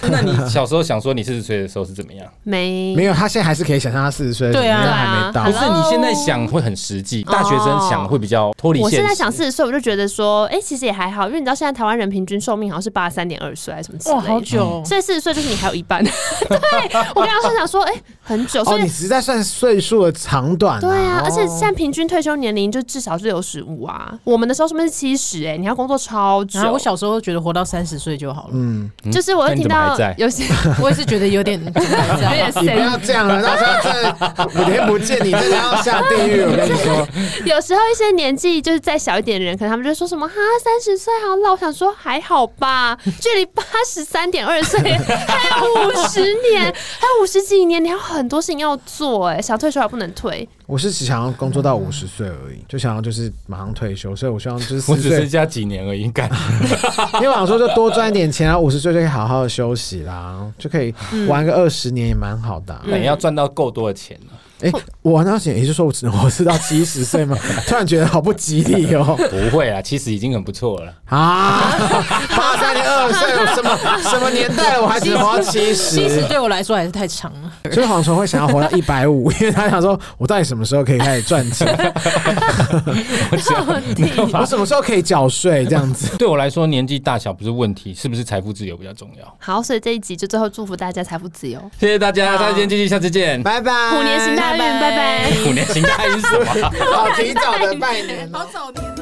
S2: 那你 小时候想说你四十岁的时候是怎么
S4: 哦
S2: 样？
S4: 没
S3: 没有，他现在还是可以想象他四十岁，
S5: 对啊
S3: 因为他还没
S4: 对啊
S3: 到。哦
S2: 不是
S4: Hello
S2: 你现在想会很实际，大学生想会比较脱离
S4: 我
S2: 现实。
S4: 现在想四十岁，我就觉得说，哎、其实也还好，因为你知道现在台湾人平均寿命好像是八十三点二岁还是什么之类
S5: 哇，
S4: 的，
S5: 好久、哦
S4: 所以四十岁就是你还有一半。 对我刚刚是想说，哎、很久，
S3: 哦，
S4: 所以、
S3: 你实在算岁数的长短、
S4: 对啊，
S3: 哦
S4: 而且现在平均退休年龄就至少是六十五啊，我们的时候是不是七十？哎，你要工作超久。
S5: 然后我小时候觉得活到三十岁就好了，
S4: 就是我
S2: 那
S4: 会
S2: 你
S4: 听
S2: 怎么还
S4: 到
S2: 在
S4: 有些
S5: 我也是觉得有
S4: 有
S5: 点
S4: 点
S3: 你不要
S4: sad，
S3: 这样了，到时候真的五天不见你，真的要下地狱。我 跟你
S4: 啊
S3: 说，
S4: 有时候一些年纪就是再小一点的人，可能他们就会说什么哈三十岁好老，我想说还好吧，距离八十三点二岁还有五十年，还有五十几年，你还有很多事情要做哎、想退休还不能退，
S3: 我是只想要工作到五十岁而已，就想要就是马上退休，所以我希望就是
S2: 我
S3: 四十
S2: 只剩
S3: 岁，
S2: 下几年而已，干。
S3: 因为我想说就多赚一点钱，然后五十岁就可以好好的休息啦，就可以
S4: 嗯
S3: 玩个二十年也蛮好的啊、
S2: 那你哎要赚到够多的钱呢？
S3: 哎、我玩到险，也就是说我只能活是到七十岁吗？突然觉得好不吉利哦！
S2: 不会啊，其实已经很不错了。
S3: 啊，八三年二岁，我什么什么年代了，我还只能活到七
S5: 七十
S3: 十。
S5: 对我来说还是太长了。
S3: 所以黄虫会想要活到一百五，因为他想说，我到底什么时候可以开始赚钱？
S4: 到底
S3: 我什么时候可以缴税？这样子，
S2: 对我来说，年纪大小不是问题，是不是财富自由比较重要？
S4: 好，所以这一集就最后祝福大家财富自由，
S2: 谢谢大家，大家今天继续，下次见。
S3: 拜拜。
S4: 虎年行大运，拜拜。
S2: 虎年行大运是什么啊？
S3: 好提早的拜年哦。
S5: 早年。